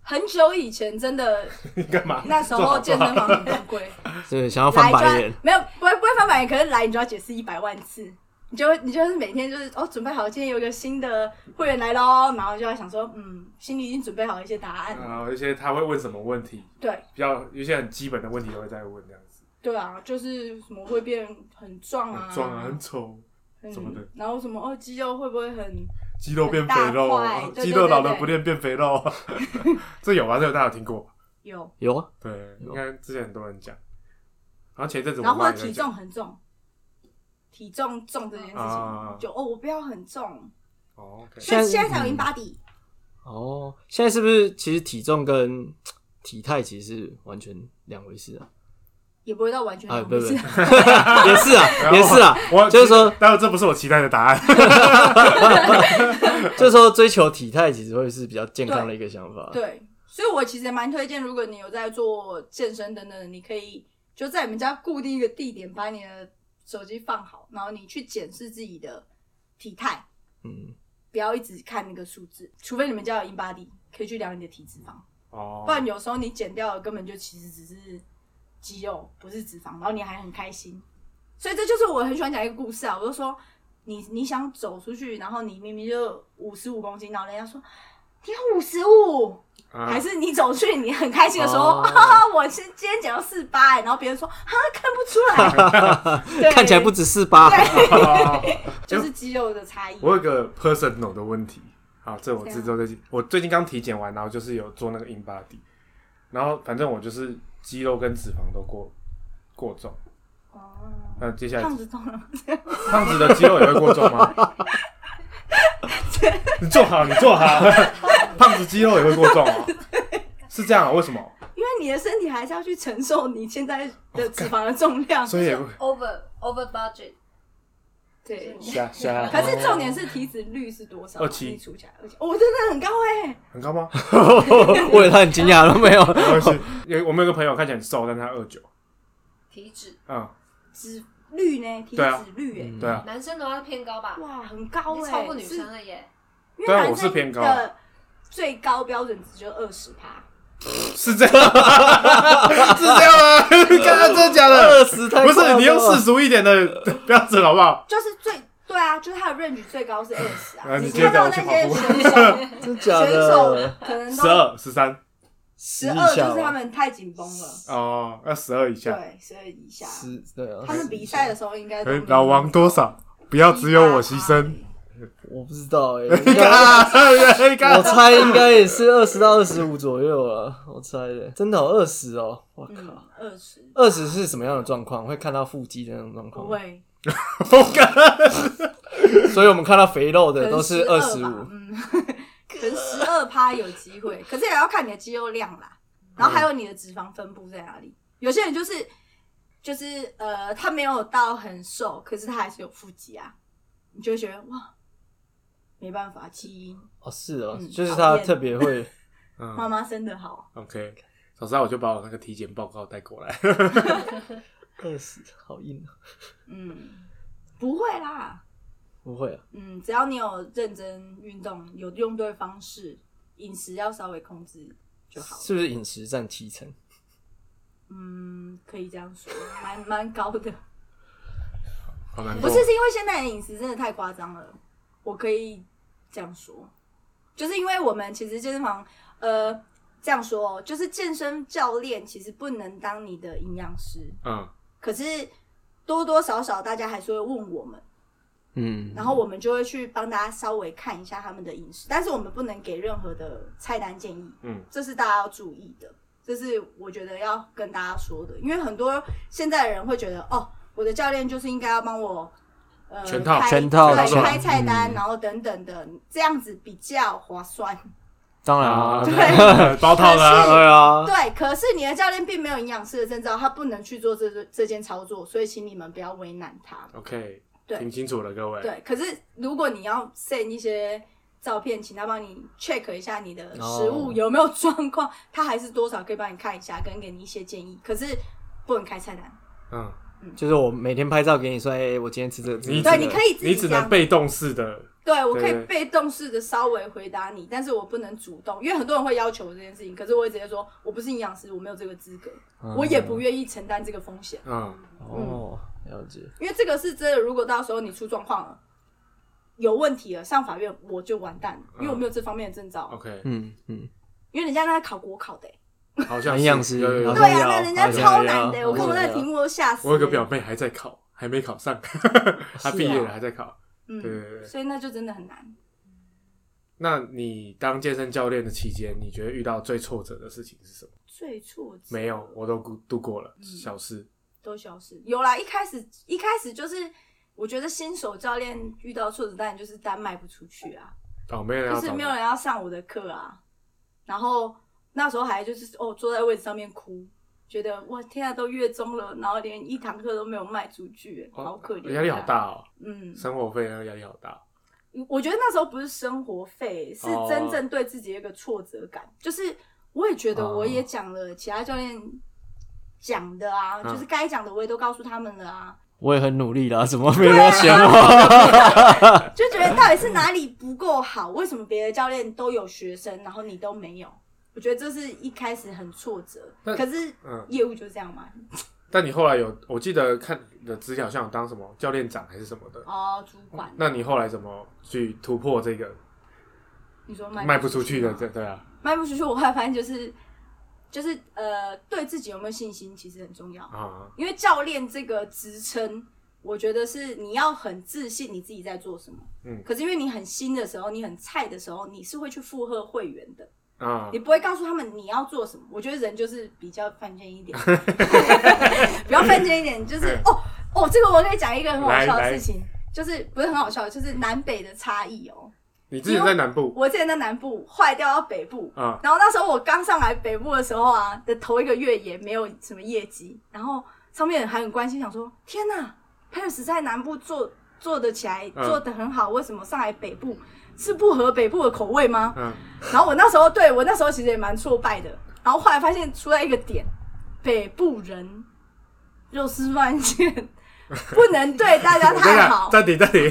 [SPEAKER 1] 很久以前真
[SPEAKER 2] <laughs>
[SPEAKER 1] 的，
[SPEAKER 2] <laughs> 你干嘛？
[SPEAKER 1] 那时
[SPEAKER 2] 坐
[SPEAKER 1] 候
[SPEAKER 2] 好
[SPEAKER 1] 健身房很珍
[SPEAKER 2] <laughs>
[SPEAKER 1] 贵，
[SPEAKER 2] 嗯
[SPEAKER 3] 对，想要
[SPEAKER 1] 来
[SPEAKER 3] 翻
[SPEAKER 1] 就要
[SPEAKER 3] 白眼。
[SPEAKER 1] 没有不会不会翻白眼，可是来你就要解释一百万次，你就你就是每天就是哦准备好今天有一个新的会员来喽，然后就要想说嗯心里已经准备好一些答案了，
[SPEAKER 2] 啊然后一些她会问什么问题，
[SPEAKER 1] 对
[SPEAKER 2] 比较有一些很基本的问题都会在问这样子。
[SPEAKER 1] 对啊，就是什么会变很壮啊，
[SPEAKER 2] 很壮啊，很丑，
[SPEAKER 1] 嗯
[SPEAKER 2] 什么的
[SPEAKER 1] 然后什么哦肌肉会不会很
[SPEAKER 2] 肌肉变肥
[SPEAKER 1] 很大块
[SPEAKER 2] 肉，
[SPEAKER 1] 对
[SPEAKER 2] 肌肉老
[SPEAKER 1] 对对
[SPEAKER 2] 了
[SPEAKER 1] 对
[SPEAKER 2] 不练变肥
[SPEAKER 1] <laughs>
[SPEAKER 2] 肉。这有啊，这个大家有听过吧？
[SPEAKER 1] 有，
[SPEAKER 3] 有啊，
[SPEAKER 2] 对，
[SPEAKER 3] 有
[SPEAKER 2] 应该之前很多人讲。然后前一阵子
[SPEAKER 1] 然
[SPEAKER 2] 我
[SPEAKER 1] 后或
[SPEAKER 2] 妈
[SPEAKER 1] 者
[SPEAKER 2] 也
[SPEAKER 1] 体
[SPEAKER 2] 在讲
[SPEAKER 1] 重很重，体重重这件事
[SPEAKER 2] 啊
[SPEAKER 1] 情就哦我不要很重，
[SPEAKER 2] 哦，OK，
[SPEAKER 1] 所以
[SPEAKER 3] 现
[SPEAKER 1] 现
[SPEAKER 3] 在
[SPEAKER 1] 在才有 in body。
[SPEAKER 3] 哦，现在是不是其实体重跟体态其实是完全两回事啊？ <laughs>
[SPEAKER 1] 也不会到完全
[SPEAKER 3] 啊，
[SPEAKER 1] 两
[SPEAKER 3] 不
[SPEAKER 1] 回
[SPEAKER 3] 不，
[SPEAKER 1] 事
[SPEAKER 3] 也
[SPEAKER 2] <laughs>
[SPEAKER 3] 是啊，也是啊，
[SPEAKER 2] 我
[SPEAKER 3] 就是说，
[SPEAKER 2] 但是这不是我期待的答案。
[SPEAKER 3] 就是说追求体态其实会是比较健康的一个想法。
[SPEAKER 1] 对，所以我其实也蛮推荐，如果你有在做健身等等的，你可以就在你们家固定一个地点，把你的手机放好，然后你去检视自己的体态，
[SPEAKER 3] 嗯，
[SPEAKER 1] 不要一直看那个数字，除非你们家有 InBody 可以去量你的体脂肪，
[SPEAKER 2] <laughs> 哦
[SPEAKER 1] 不然有时候你减掉的根本就其实只是肌肉，不是脂肪，然后你还很开心。所以这就是我很喜欢讲一个故事啊，我就说你你想走出去，然后你明明就五十五公斤，然后人家说你要五十五。还
[SPEAKER 2] 还
[SPEAKER 1] 是你走去你很开心的时候，
[SPEAKER 3] 哦
[SPEAKER 1] <laughs> 哈哈，我是今天减到四八、然后别人说哈看不出来，
[SPEAKER 2] <laughs>
[SPEAKER 1] 对
[SPEAKER 3] 看起来不止四八，啊
[SPEAKER 1] 就是肌肉的差异。
[SPEAKER 2] <laughs> 我有个 personal 的问题，好，这我
[SPEAKER 1] 怎样
[SPEAKER 2] 之后再讲。我最近刚体检完，然后就是有做那个 in body，然后反正我就是肌肉跟脂肪都过过重。
[SPEAKER 1] 哦，
[SPEAKER 2] 那接下来
[SPEAKER 1] 胖子重了，
[SPEAKER 2] 胖子的肌肉也会过重吗？
[SPEAKER 1] <laughs>
[SPEAKER 2] 你坐好，你坐好。 <laughs> 胖子肌肉也会过重哦，是这样啊？为什么？
[SPEAKER 1] 因为你的身体还是要去承受你现在的脂肪的重量。
[SPEAKER 2] 所以也会
[SPEAKER 4] over over budget，
[SPEAKER 1] <laughs> 对，
[SPEAKER 2] 下下
[SPEAKER 1] 可是重点是体脂率是多少？
[SPEAKER 2] 27
[SPEAKER 1] 你除起来，而且我真的很高哎、
[SPEAKER 2] 很高吗？
[SPEAKER 3] <laughs> 我也很惊讶了，没有？
[SPEAKER 1] <laughs>
[SPEAKER 2] 我是有我们有个朋友看起来很瘦，但他二九，
[SPEAKER 4] 体脂，
[SPEAKER 2] 嗯，
[SPEAKER 1] 脂率呢？体
[SPEAKER 2] 对啊
[SPEAKER 1] 脂率哎、
[SPEAKER 2] 对啊，
[SPEAKER 4] 男生的话偏高吧，
[SPEAKER 1] 哇，很高
[SPEAKER 4] 已经
[SPEAKER 1] 哎、
[SPEAKER 4] 超过欸女
[SPEAKER 1] 是
[SPEAKER 4] 生了耶。
[SPEAKER 1] 因为
[SPEAKER 2] 对啊
[SPEAKER 1] 男
[SPEAKER 2] 我是偏高
[SPEAKER 1] 生的最高标准值就二十趴。<laughs>
[SPEAKER 2] 是这样吗，是这样啊吗？刚刚真的假的？
[SPEAKER 3] 二十
[SPEAKER 2] <laughs>
[SPEAKER 3] 太
[SPEAKER 2] 不是，你用世
[SPEAKER 3] 四，
[SPEAKER 2] 俗一点的 <laughs> 标准好不好？
[SPEAKER 1] 就是最对啊，就是他的 range 最高是二
[SPEAKER 2] <laughs>
[SPEAKER 1] 十啊。
[SPEAKER 2] 啊你
[SPEAKER 1] 看到那些
[SPEAKER 3] <laughs>
[SPEAKER 2] 接
[SPEAKER 1] 选手，
[SPEAKER 3] 真假
[SPEAKER 1] 选手
[SPEAKER 3] 的？
[SPEAKER 1] 可能
[SPEAKER 2] 十
[SPEAKER 1] 都
[SPEAKER 2] 二、十三，
[SPEAKER 3] 十
[SPEAKER 1] 十
[SPEAKER 3] 以
[SPEAKER 1] 二
[SPEAKER 3] 下
[SPEAKER 1] 就是他
[SPEAKER 3] 吧，
[SPEAKER 1] 们太紧绷了，
[SPEAKER 2] 哦，要十二以下。
[SPEAKER 1] 对，十二以下。
[SPEAKER 3] 十对啊，
[SPEAKER 1] 他们比赛的时候应该都
[SPEAKER 2] 哎，老王多少？不要只有我牺牲。
[SPEAKER 3] 我不知道
[SPEAKER 2] <laughs>
[SPEAKER 3] 哎、
[SPEAKER 2] 你看，你
[SPEAKER 3] 我
[SPEAKER 2] 看， <laughs>
[SPEAKER 3] 猜应该也是二十到二十五左右啊，我猜的，真的二十哦，我靠，
[SPEAKER 1] 嗯，二十
[SPEAKER 2] 哦
[SPEAKER 3] 二十是什么样的状况？会看到腹肌的那种状况
[SPEAKER 1] 不
[SPEAKER 3] 吗，
[SPEAKER 1] 会，
[SPEAKER 3] 所以我们看到肥肉的都是
[SPEAKER 1] 可
[SPEAKER 3] 二
[SPEAKER 1] 能12
[SPEAKER 3] 十
[SPEAKER 1] 吧
[SPEAKER 3] 五，
[SPEAKER 1] 嗯， <laughs> 可能十二趴有机会，可是也要看你的肌肉量啦，然
[SPEAKER 3] 嗯
[SPEAKER 1] 后还有你的脂肪分布在哪里。有些人就是就是呃，他没有到很瘦，可是他还是有腹肌啊，你就会觉得哇，没办法，基因
[SPEAKER 3] 哦，是哦，
[SPEAKER 1] 嗯
[SPEAKER 3] 就是
[SPEAKER 1] 讨
[SPEAKER 3] 他
[SPEAKER 1] 厌
[SPEAKER 3] 特
[SPEAKER 1] <laughs>
[SPEAKER 3] 别会，
[SPEAKER 1] 妈
[SPEAKER 2] 嗯
[SPEAKER 1] 妈生的好，
[SPEAKER 2] ，OK。早知道我就把我那个体检报告带过来。
[SPEAKER 3] 二十好硬啊，
[SPEAKER 1] 嗯，不会啦，
[SPEAKER 3] 不会啊，
[SPEAKER 1] 嗯，只要你有认真运动，有用对方式，饮食要稍微控制就好了。
[SPEAKER 3] 是不是饮食占七成？
[SPEAKER 1] 嗯，可以这样说，蛮蛮高的。
[SPEAKER 2] 好难
[SPEAKER 1] 不
[SPEAKER 2] 过
[SPEAKER 1] 是，。是因为现在的饮食真的太夸张了，我可以这样说，就是因为我们其实健身房，呃，这样说哦，就是健身教练其实不能当你的营养师，
[SPEAKER 2] 嗯，
[SPEAKER 1] 可是多多少少大家还是会问我们，
[SPEAKER 3] 嗯，
[SPEAKER 1] 然后我们就会去帮大家稍微看一下他们的饮食，但是我们不能给任何的菜单建议，
[SPEAKER 2] 嗯，
[SPEAKER 1] 这是大家要注意的，这是我觉得要跟大家说的，因为很多现在的人会觉得，哦，我的教练就是应该要帮我。呃，
[SPEAKER 2] 全套
[SPEAKER 1] 开
[SPEAKER 3] 全套
[SPEAKER 1] 对，
[SPEAKER 2] 全
[SPEAKER 1] 开菜单，
[SPEAKER 3] 嗯
[SPEAKER 1] 然后等等的，这样子比较划算。
[SPEAKER 3] 当然
[SPEAKER 2] 啊，
[SPEAKER 3] 啊，
[SPEAKER 2] 对，包套 <laughs> 的啊。
[SPEAKER 3] 对啊，
[SPEAKER 1] 对，可是你的教练并没有营养师的证照，他不能去做这这件操作，所以请你们不要为难他。
[SPEAKER 2] OK，
[SPEAKER 1] 对
[SPEAKER 2] 听清楚了，各位。
[SPEAKER 1] 对，可是如果你要 send 一些照片，请他帮你 check 一下你的食物
[SPEAKER 3] 哦
[SPEAKER 1] 有没有状况，他还是多少可以帮你看一下，跟给你一些建议。可是不能开菜单，
[SPEAKER 2] 嗯，
[SPEAKER 3] 就是我每天拍照给你说，哎、我今天吃这个，吃
[SPEAKER 2] 你
[SPEAKER 3] 这个
[SPEAKER 1] 对，你可以自
[SPEAKER 2] 你
[SPEAKER 1] 己
[SPEAKER 2] 只
[SPEAKER 1] 这
[SPEAKER 2] 能
[SPEAKER 1] 样。
[SPEAKER 2] 被动式的。
[SPEAKER 1] 对，我可
[SPEAKER 2] 对
[SPEAKER 1] 以被动式的稍微回答你，但是我不能主动，因为很多人会要求这件事情，可是我会直接说，我不是营养师，我没有这个资格，我也不愿意承担这个风险，
[SPEAKER 2] 嗯，
[SPEAKER 3] 哦，
[SPEAKER 1] 嗯
[SPEAKER 3] 了解，
[SPEAKER 1] 因为这个是真的，如果到时候你出状况了，有问题了，上法院我就完蛋了，因为我没有这方面的证照。
[SPEAKER 2] OK，
[SPEAKER 3] 嗯嗯，
[SPEAKER 1] 因为人家那考国考的欸、
[SPEAKER 2] 好像
[SPEAKER 3] 营养师
[SPEAKER 2] 有有有
[SPEAKER 3] 好像
[SPEAKER 1] 对啊，
[SPEAKER 3] 要
[SPEAKER 1] 那人家
[SPEAKER 3] 好像
[SPEAKER 1] 超难的欸、
[SPEAKER 3] 要
[SPEAKER 1] 我看我那
[SPEAKER 3] 好像
[SPEAKER 1] 个
[SPEAKER 3] 要
[SPEAKER 1] 题目都吓死。
[SPEAKER 2] 我有个表，妹还在考，还没考上， <laughs> 她毕业了还在考。对对
[SPEAKER 1] 嗯，
[SPEAKER 2] 对对。
[SPEAKER 1] 所以那就真的很难。
[SPEAKER 2] 那你当健身教练的期间，你觉得遇到最挫折的事情是什么？
[SPEAKER 1] 最挫折
[SPEAKER 2] 没有，我都度度过了，
[SPEAKER 1] 嗯
[SPEAKER 2] 小事。
[SPEAKER 1] 都消失。有啦，一开始一开始就是，我觉得新手教练遇到挫折，当然就是单卖不出去啊，
[SPEAKER 2] 哦，没有人
[SPEAKER 1] 就
[SPEAKER 2] 要
[SPEAKER 1] 是
[SPEAKER 2] 找
[SPEAKER 1] 没
[SPEAKER 2] 你
[SPEAKER 1] 有。人要上我的课啊。然后那时候还就是哦，坐在位置上面哭，觉得哇天啊，都月中了，然后连一堂课都没有卖出去，
[SPEAKER 2] 哦
[SPEAKER 1] 好可怜、啊
[SPEAKER 2] 压力好。大哦，
[SPEAKER 1] 嗯，
[SPEAKER 2] 生活费那个压力好大。
[SPEAKER 1] 我觉得那时候不是生活费，是
[SPEAKER 2] 哦
[SPEAKER 1] 真正对自己的一个挫折感。就是我也觉得，我
[SPEAKER 2] 哦
[SPEAKER 1] 也讲了其他教练讲的啊，
[SPEAKER 2] 嗯
[SPEAKER 1] 就是该讲的我也都告诉他们了啊，
[SPEAKER 3] 我也很努力啦，怎么没人要选我？
[SPEAKER 1] 就觉得到底是哪里不够好？为什么别的教练都有学生，然后你都没有？我觉得这是一开始很挫折，
[SPEAKER 2] 那
[SPEAKER 1] 可是
[SPEAKER 2] 嗯，
[SPEAKER 1] 业务就这样嘛。
[SPEAKER 2] 但你后来有，我记得看你的资料，好像有当什么教练长还是什么的。
[SPEAKER 1] 哦，主管，
[SPEAKER 2] 那你后来怎么去突破这个
[SPEAKER 1] 你说卖
[SPEAKER 2] 卖不出去的？
[SPEAKER 1] 吗
[SPEAKER 2] 对对啊，
[SPEAKER 1] 卖不出去，我后来发现就是就是呃，对自己有没有信心其实很重要。
[SPEAKER 2] 啊，
[SPEAKER 1] 因为教练这个职称，我觉得是你要很自信你自己在做什么。
[SPEAKER 2] 嗯
[SPEAKER 1] 可是因为你很新的时候，你很菜的时候，你是会去附和会员的，
[SPEAKER 2] 啊
[SPEAKER 1] 你，不会告诉他们你要做什么。我觉得人就是比较犯贱
[SPEAKER 2] <laughs>
[SPEAKER 1] 一点， <laughs> 比较犯贱一点，就是
[SPEAKER 2] 嗯
[SPEAKER 1] 哦哦，这个我可以讲一个很好笑
[SPEAKER 2] 来
[SPEAKER 1] 的
[SPEAKER 2] 来
[SPEAKER 1] 事情，就是不是很好笑，就是南北的差异哦。
[SPEAKER 2] 你之前在南部
[SPEAKER 1] 我之前在南部坏掉到北部，
[SPEAKER 2] 啊，
[SPEAKER 1] 然后那时候我刚上来北部的时候啊，的头一个月也没有什么业绩，然后上面还很关心，想说天哪，Paris 在南部做做得起来，
[SPEAKER 2] 嗯
[SPEAKER 1] 做得很好，为什么上来北部是不合北部的口味吗？
[SPEAKER 2] 嗯，
[SPEAKER 1] 然后我那时候对我那时候其实也蛮挫败的，然后后来发现出来一个点，北部人肉丝饭店 <laughs> 不能对大家
[SPEAKER 2] <laughs> 我跟你
[SPEAKER 1] 太
[SPEAKER 2] 讲，
[SPEAKER 1] 好。
[SPEAKER 2] 暂停暂停，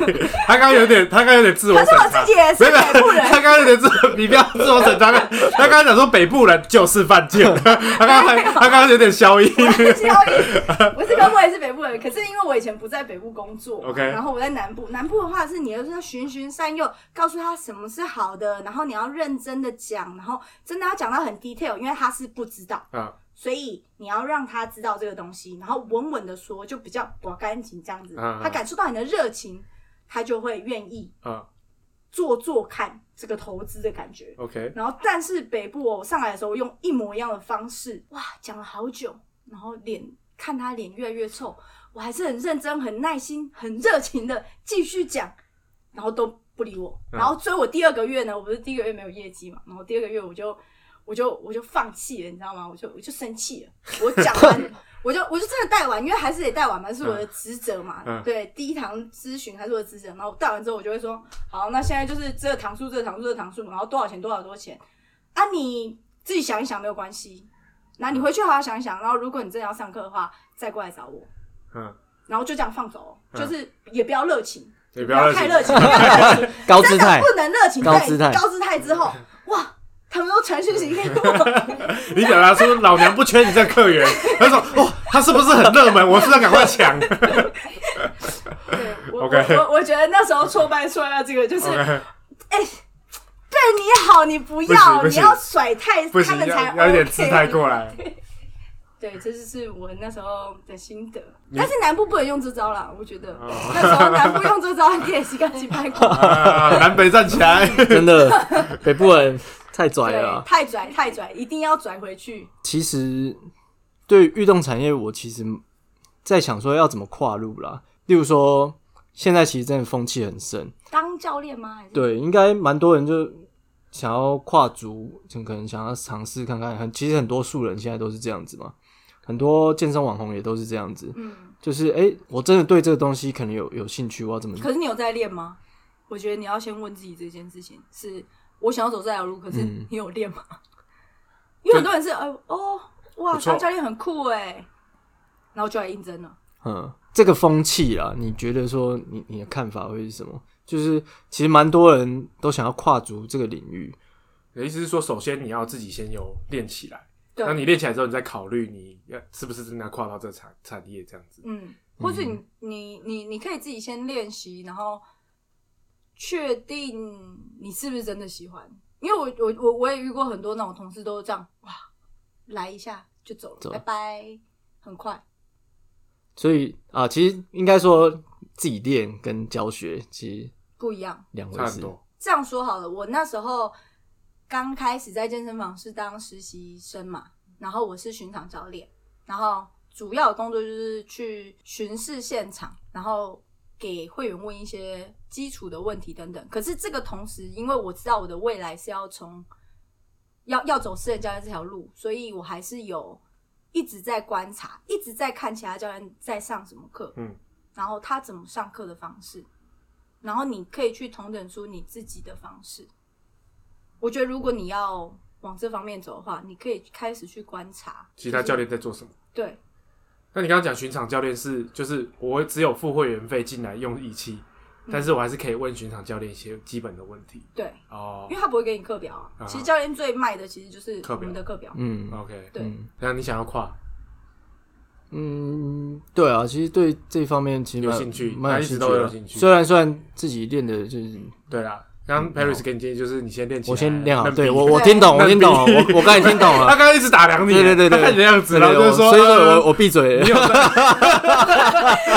[SPEAKER 2] 他刚刚有点，他刚刚有点自我
[SPEAKER 1] 可是
[SPEAKER 2] 审
[SPEAKER 1] 我
[SPEAKER 2] 查
[SPEAKER 1] 自。己也是
[SPEAKER 2] 没有没
[SPEAKER 1] 北部
[SPEAKER 2] 有，
[SPEAKER 1] 人，
[SPEAKER 2] 他刚刚有点自我，你不要自我审查。他刚刚讲说北部人就是犯贱，
[SPEAKER 3] <laughs>
[SPEAKER 2] 他刚刚他刚刚有点消音。
[SPEAKER 1] 交易，不是跟我也是北部人，可是因为我以前不在北部工作
[SPEAKER 2] OK
[SPEAKER 1] 然后我在南部，南部的话是你就是要循循善诱，告诉他什么是好的，然后你要认真的讲，然后真的要讲到很 detail，因为他是不知道，
[SPEAKER 2] 啊，
[SPEAKER 1] 所以你要让他知道这个东西，然后稳稳的说，就比较不干净这样子
[SPEAKER 2] 嗯嗯，
[SPEAKER 1] 他感受到你的热情，他就会愿意
[SPEAKER 2] 啊
[SPEAKER 1] 做做看这个投资的感觉。
[SPEAKER 2] ，OK，
[SPEAKER 1] 然后但是北部哦我上来的时候用一模一样的方式，哇，讲了好久，然后脸看他脸越来越臭，我还是很认真、很耐心、很热情的继续讲，然后都不理我。
[SPEAKER 2] 嗯
[SPEAKER 1] 然后所以我第二个月呢，我不是第一个月没有业绩嘛，然后第二个月我就 <laughs> 我就我就放弃了，你知道吗？我就我就生气了，我讲
[SPEAKER 2] <laughs>
[SPEAKER 1] 完我就我就真的带完，因为还是得带完嘛，是我的职责嘛。
[SPEAKER 2] 嗯
[SPEAKER 1] 对，第一堂咨询还是我的职责，然后我带完之后，我就会说，好，那现在就是这个堂数、这个堂数、这个堂数，然后多少钱、多少多少钱啊？你自己想一想没有关系，那你回去好好想一想，然后如果你真的要上课的话，再过来找我。
[SPEAKER 2] 嗯，
[SPEAKER 1] 然后就这样放走，哦
[SPEAKER 2] 嗯
[SPEAKER 1] 就是也不要热情，
[SPEAKER 2] 你不
[SPEAKER 1] 不
[SPEAKER 2] 要
[SPEAKER 1] 要
[SPEAKER 2] 热
[SPEAKER 1] 太
[SPEAKER 2] 情，
[SPEAKER 1] 热情，不要热情，
[SPEAKER 3] <laughs> 高姿
[SPEAKER 1] 真的
[SPEAKER 3] 态，
[SPEAKER 1] 不能热情，
[SPEAKER 3] 高
[SPEAKER 1] 对
[SPEAKER 3] 姿态
[SPEAKER 1] 高姿态之后，哇，他们都传讯息
[SPEAKER 2] <laughs>
[SPEAKER 1] 给我，
[SPEAKER 2] 你表达出老娘不缺你这客源，他说哦，他是不是很热门？我是不是要赶
[SPEAKER 1] <laughs>
[SPEAKER 2] 快抢
[SPEAKER 1] 对我
[SPEAKER 2] OK
[SPEAKER 1] 我我我觉得那时候挫败出来了这个就是
[SPEAKER 2] ？OK，
[SPEAKER 1] 对你好，你不要，
[SPEAKER 2] 不行不
[SPEAKER 1] 你
[SPEAKER 2] 行
[SPEAKER 1] 要甩太
[SPEAKER 2] 不
[SPEAKER 1] 他
[SPEAKER 2] 行，
[SPEAKER 1] 们才
[SPEAKER 2] 要要有点姿态
[SPEAKER 1] OK。
[SPEAKER 2] 过来。
[SPEAKER 1] 对，这就是我那时候的心得。
[SPEAKER 2] 你
[SPEAKER 1] 但是南部不能用这招啦，我觉得
[SPEAKER 2] 哦
[SPEAKER 1] 那时候南部用这招，你也是干鸡拍过。
[SPEAKER 2] 啊，南北站起来。
[SPEAKER 3] 真的， <laughs> 北部人太拽
[SPEAKER 2] 哎
[SPEAKER 3] 了
[SPEAKER 1] 对，
[SPEAKER 3] 啊。
[SPEAKER 1] 太拽太拽，一定要拽回去。
[SPEAKER 3] 其实对于运动产业，我其实在想说要怎么跨入啦。例如说，现在其实真的风气很盛，
[SPEAKER 1] 当教练吗？还是
[SPEAKER 3] 对，应该蛮多人就想要跨足，就可能想要尝试看看。很其实很多素人现在都是这样子嘛，很多健身网红也都是这样子，
[SPEAKER 1] 嗯，
[SPEAKER 3] 就是诶，我真的对这个东西可能有有兴趣，我要怎么？
[SPEAKER 1] 可是你有在练吗？我觉得你要先问自己这件事情：是我想要走这条路，可是
[SPEAKER 3] 嗯
[SPEAKER 1] 你有练吗？因为很多人是哎哦哇
[SPEAKER 2] 不，错
[SPEAKER 1] 当教练很酷哎，然后就来应征了。
[SPEAKER 3] 嗯，这个风气啦，你觉得说你你的看法会是什么？就是其实蛮多人都想要跨足这个领域，
[SPEAKER 2] 你的意思是说，首先你要自己先有练起来，
[SPEAKER 1] 对
[SPEAKER 2] 那你练起来之后，你再考虑你要是不是真的要跨到这个产产业这样子。
[SPEAKER 1] 嗯，或是你你你你可以自己先练习，然后确定你是不是真的喜欢。因为我我我我也遇过很多那种同事都是这样，哇，来一下就走了，
[SPEAKER 3] 走
[SPEAKER 1] 拜拜，很快。
[SPEAKER 3] 所以啊、其实应该说自己练跟教学其实
[SPEAKER 1] 不一样。
[SPEAKER 3] 两回
[SPEAKER 2] 差很
[SPEAKER 3] 事。
[SPEAKER 2] 多，
[SPEAKER 1] 这样说好了，我那时候刚开始在健身房是当实习生嘛，然后我是巡场教练，然后主要的工作就是去巡视现场，然后给会员问一些基础的问题等等。可是这个同时，因为我知道我的未来是要从要要走私人教练这条路，所以我还是有一直在观察，一直在看其他教练在上什么课，
[SPEAKER 2] 嗯，
[SPEAKER 1] 然后他怎么上课的方式，然后你可以去同等出你自己的方式。我觉得如果你要往这方面走的话，你可以开始去观察
[SPEAKER 2] 其他教练在做什么？
[SPEAKER 1] 对
[SPEAKER 2] 那你刚刚讲巡场教练是，就是我只有付会员费进来用仪器，
[SPEAKER 1] 嗯
[SPEAKER 2] 但是我还是可以问巡场教练一些基本的问题。
[SPEAKER 1] 对，
[SPEAKER 2] 哦
[SPEAKER 1] 因为他不会给你课表啊。
[SPEAKER 2] 啊
[SPEAKER 1] 其实教练最卖的其实就是
[SPEAKER 2] 课
[SPEAKER 1] 我
[SPEAKER 2] 表
[SPEAKER 1] 们的课表，
[SPEAKER 3] 嗯
[SPEAKER 2] ，OK，
[SPEAKER 1] 对
[SPEAKER 3] 嗯
[SPEAKER 2] 那你想要跨
[SPEAKER 3] 嗯，对啊，其实对这方面其实蛮
[SPEAKER 2] 有兴趣
[SPEAKER 3] 蛮
[SPEAKER 2] 他
[SPEAKER 3] 有
[SPEAKER 2] 一直
[SPEAKER 3] 兴
[SPEAKER 2] 都
[SPEAKER 3] 的
[SPEAKER 2] 有兴趣
[SPEAKER 3] 虽然虽然自己练的就是
[SPEAKER 2] 对啦，刚刚
[SPEAKER 3] 嗯
[SPEAKER 2] Paris 给你建议就是你先练起来，
[SPEAKER 3] 我先练好，
[SPEAKER 2] 嫩
[SPEAKER 3] 对
[SPEAKER 2] 逼
[SPEAKER 3] 我
[SPEAKER 2] <laughs>
[SPEAKER 3] 我
[SPEAKER 1] 对
[SPEAKER 3] 听懂，我
[SPEAKER 2] 嫩
[SPEAKER 3] 听懂了，
[SPEAKER 2] 逼
[SPEAKER 3] 我我刚才听懂
[SPEAKER 2] 他
[SPEAKER 3] 了，
[SPEAKER 2] 刚刚一直打量你，
[SPEAKER 3] 对对对对
[SPEAKER 2] 他看你的样子，
[SPEAKER 3] 对
[SPEAKER 2] 然后
[SPEAKER 3] 对
[SPEAKER 2] 就
[SPEAKER 3] 我
[SPEAKER 2] 说，
[SPEAKER 3] 所以说
[SPEAKER 2] 呃
[SPEAKER 3] 我我闭嘴
[SPEAKER 2] 你有在，
[SPEAKER 3] <laughs>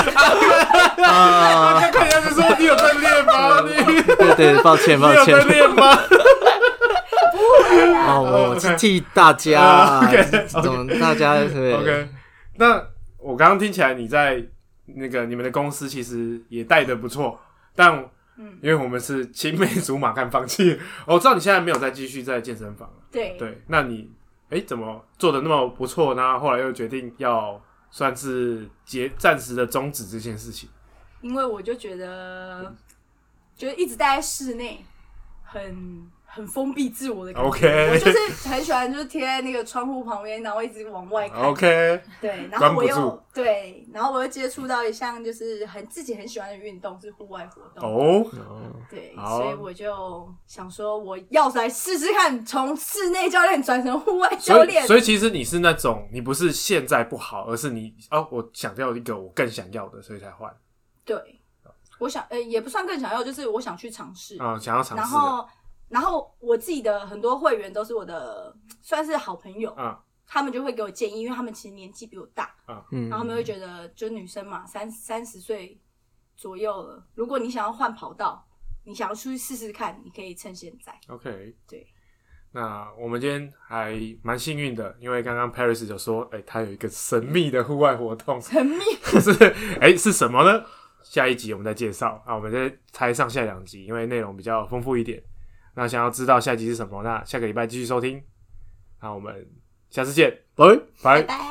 [SPEAKER 3] 啊，
[SPEAKER 2] 他看人家就说你有在练
[SPEAKER 3] <laughs>
[SPEAKER 2] 吗？你
[SPEAKER 3] 对对，抱歉抱
[SPEAKER 2] 你有
[SPEAKER 3] 歉
[SPEAKER 2] 在练吗？
[SPEAKER 3] 啊，我我是替大家
[SPEAKER 2] 哦啊，OK，OK
[SPEAKER 3] 总大家 <laughs> 对
[SPEAKER 2] OK，那我刚刚听起来你在那个你们的公司其实也带的不错，但
[SPEAKER 1] 嗯
[SPEAKER 2] 因为我们是青梅竹马，看放弃。 <laughs> 我知道你现在没有再继续在健身房了，
[SPEAKER 1] 对
[SPEAKER 2] 对，那你哎、诶怎么做的那么不错呢？后来又决定要算是结暂时的终止这件事情，
[SPEAKER 1] 因为我就觉得，觉得一直待在室内很很封闭自我的感觉。
[SPEAKER 2] OK
[SPEAKER 1] 我就是很喜欢，就是贴在那个窗户旁边，然后一直往外看。
[SPEAKER 2] OK，
[SPEAKER 1] 对，然
[SPEAKER 2] 哦关
[SPEAKER 1] 后
[SPEAKER 2] 不
[SPEAKER 1] 我
[SPEAKER 2] 住
[SPEAKER 1] 又对，然后我又接触到一项就是很自己很喜欢的运动，是户外活动。
[SPEAKER 2] 哦，
[SPEAKER 1] 对，
[SPEAKER 2] 好
[SPEAKER 1] 所以我就想说，我要来试试看，从室内教练转成户外教
[SPEAKER 2] 所以
[SPEAKER 1] 练。
[SPEAKER 2] 所以其实你是那种，你不是现在不好，而是你哦，我想要一个我更想要的，所以才换
[SPEAKER 1] 对，我想呃也不算更想要，就是我想去尝试。
[SPEAKER 2] 啊、想要尝
[SPEAKER 1] 然
[SPEAKER 2] 试的
[SPEAKER 1] 后，然后我自己的很多会员都是我的算是好朋友，
[SPEAKER 2] 啊
[SPEAKER 1] 他们就会给我建议，因为他们其实年纪比我大，
[SPEAKER 3] 嗯
[SPEAKER 1] 然后他们会觉得，就女生嘛，三三十岁左右了，如果你想要换跑道，你想要出去试试看，你可以趁现在。 <laughs>
[SPEAKER 2] OK，
[SPEAKER 1] 对。
[SPEAKER 2] 那我们今天还蛮幸运的，因为刚刚 Paris 就说，哎、他有一个神秘的户外活动，
[SPEAKER 1] 神秘，
[SPEAKER 2] 是哎、是什么呢？下一集我们再介绍啊，我们再猜上下两集，因为内容比较丰富一点。那想要知道下一集是什么，那下个礼拜继续收听。那我们下次见，
[SPEAKER 3] 喂。
[SPEAKER 2] 拜。
[SPEAKER 4] 拜。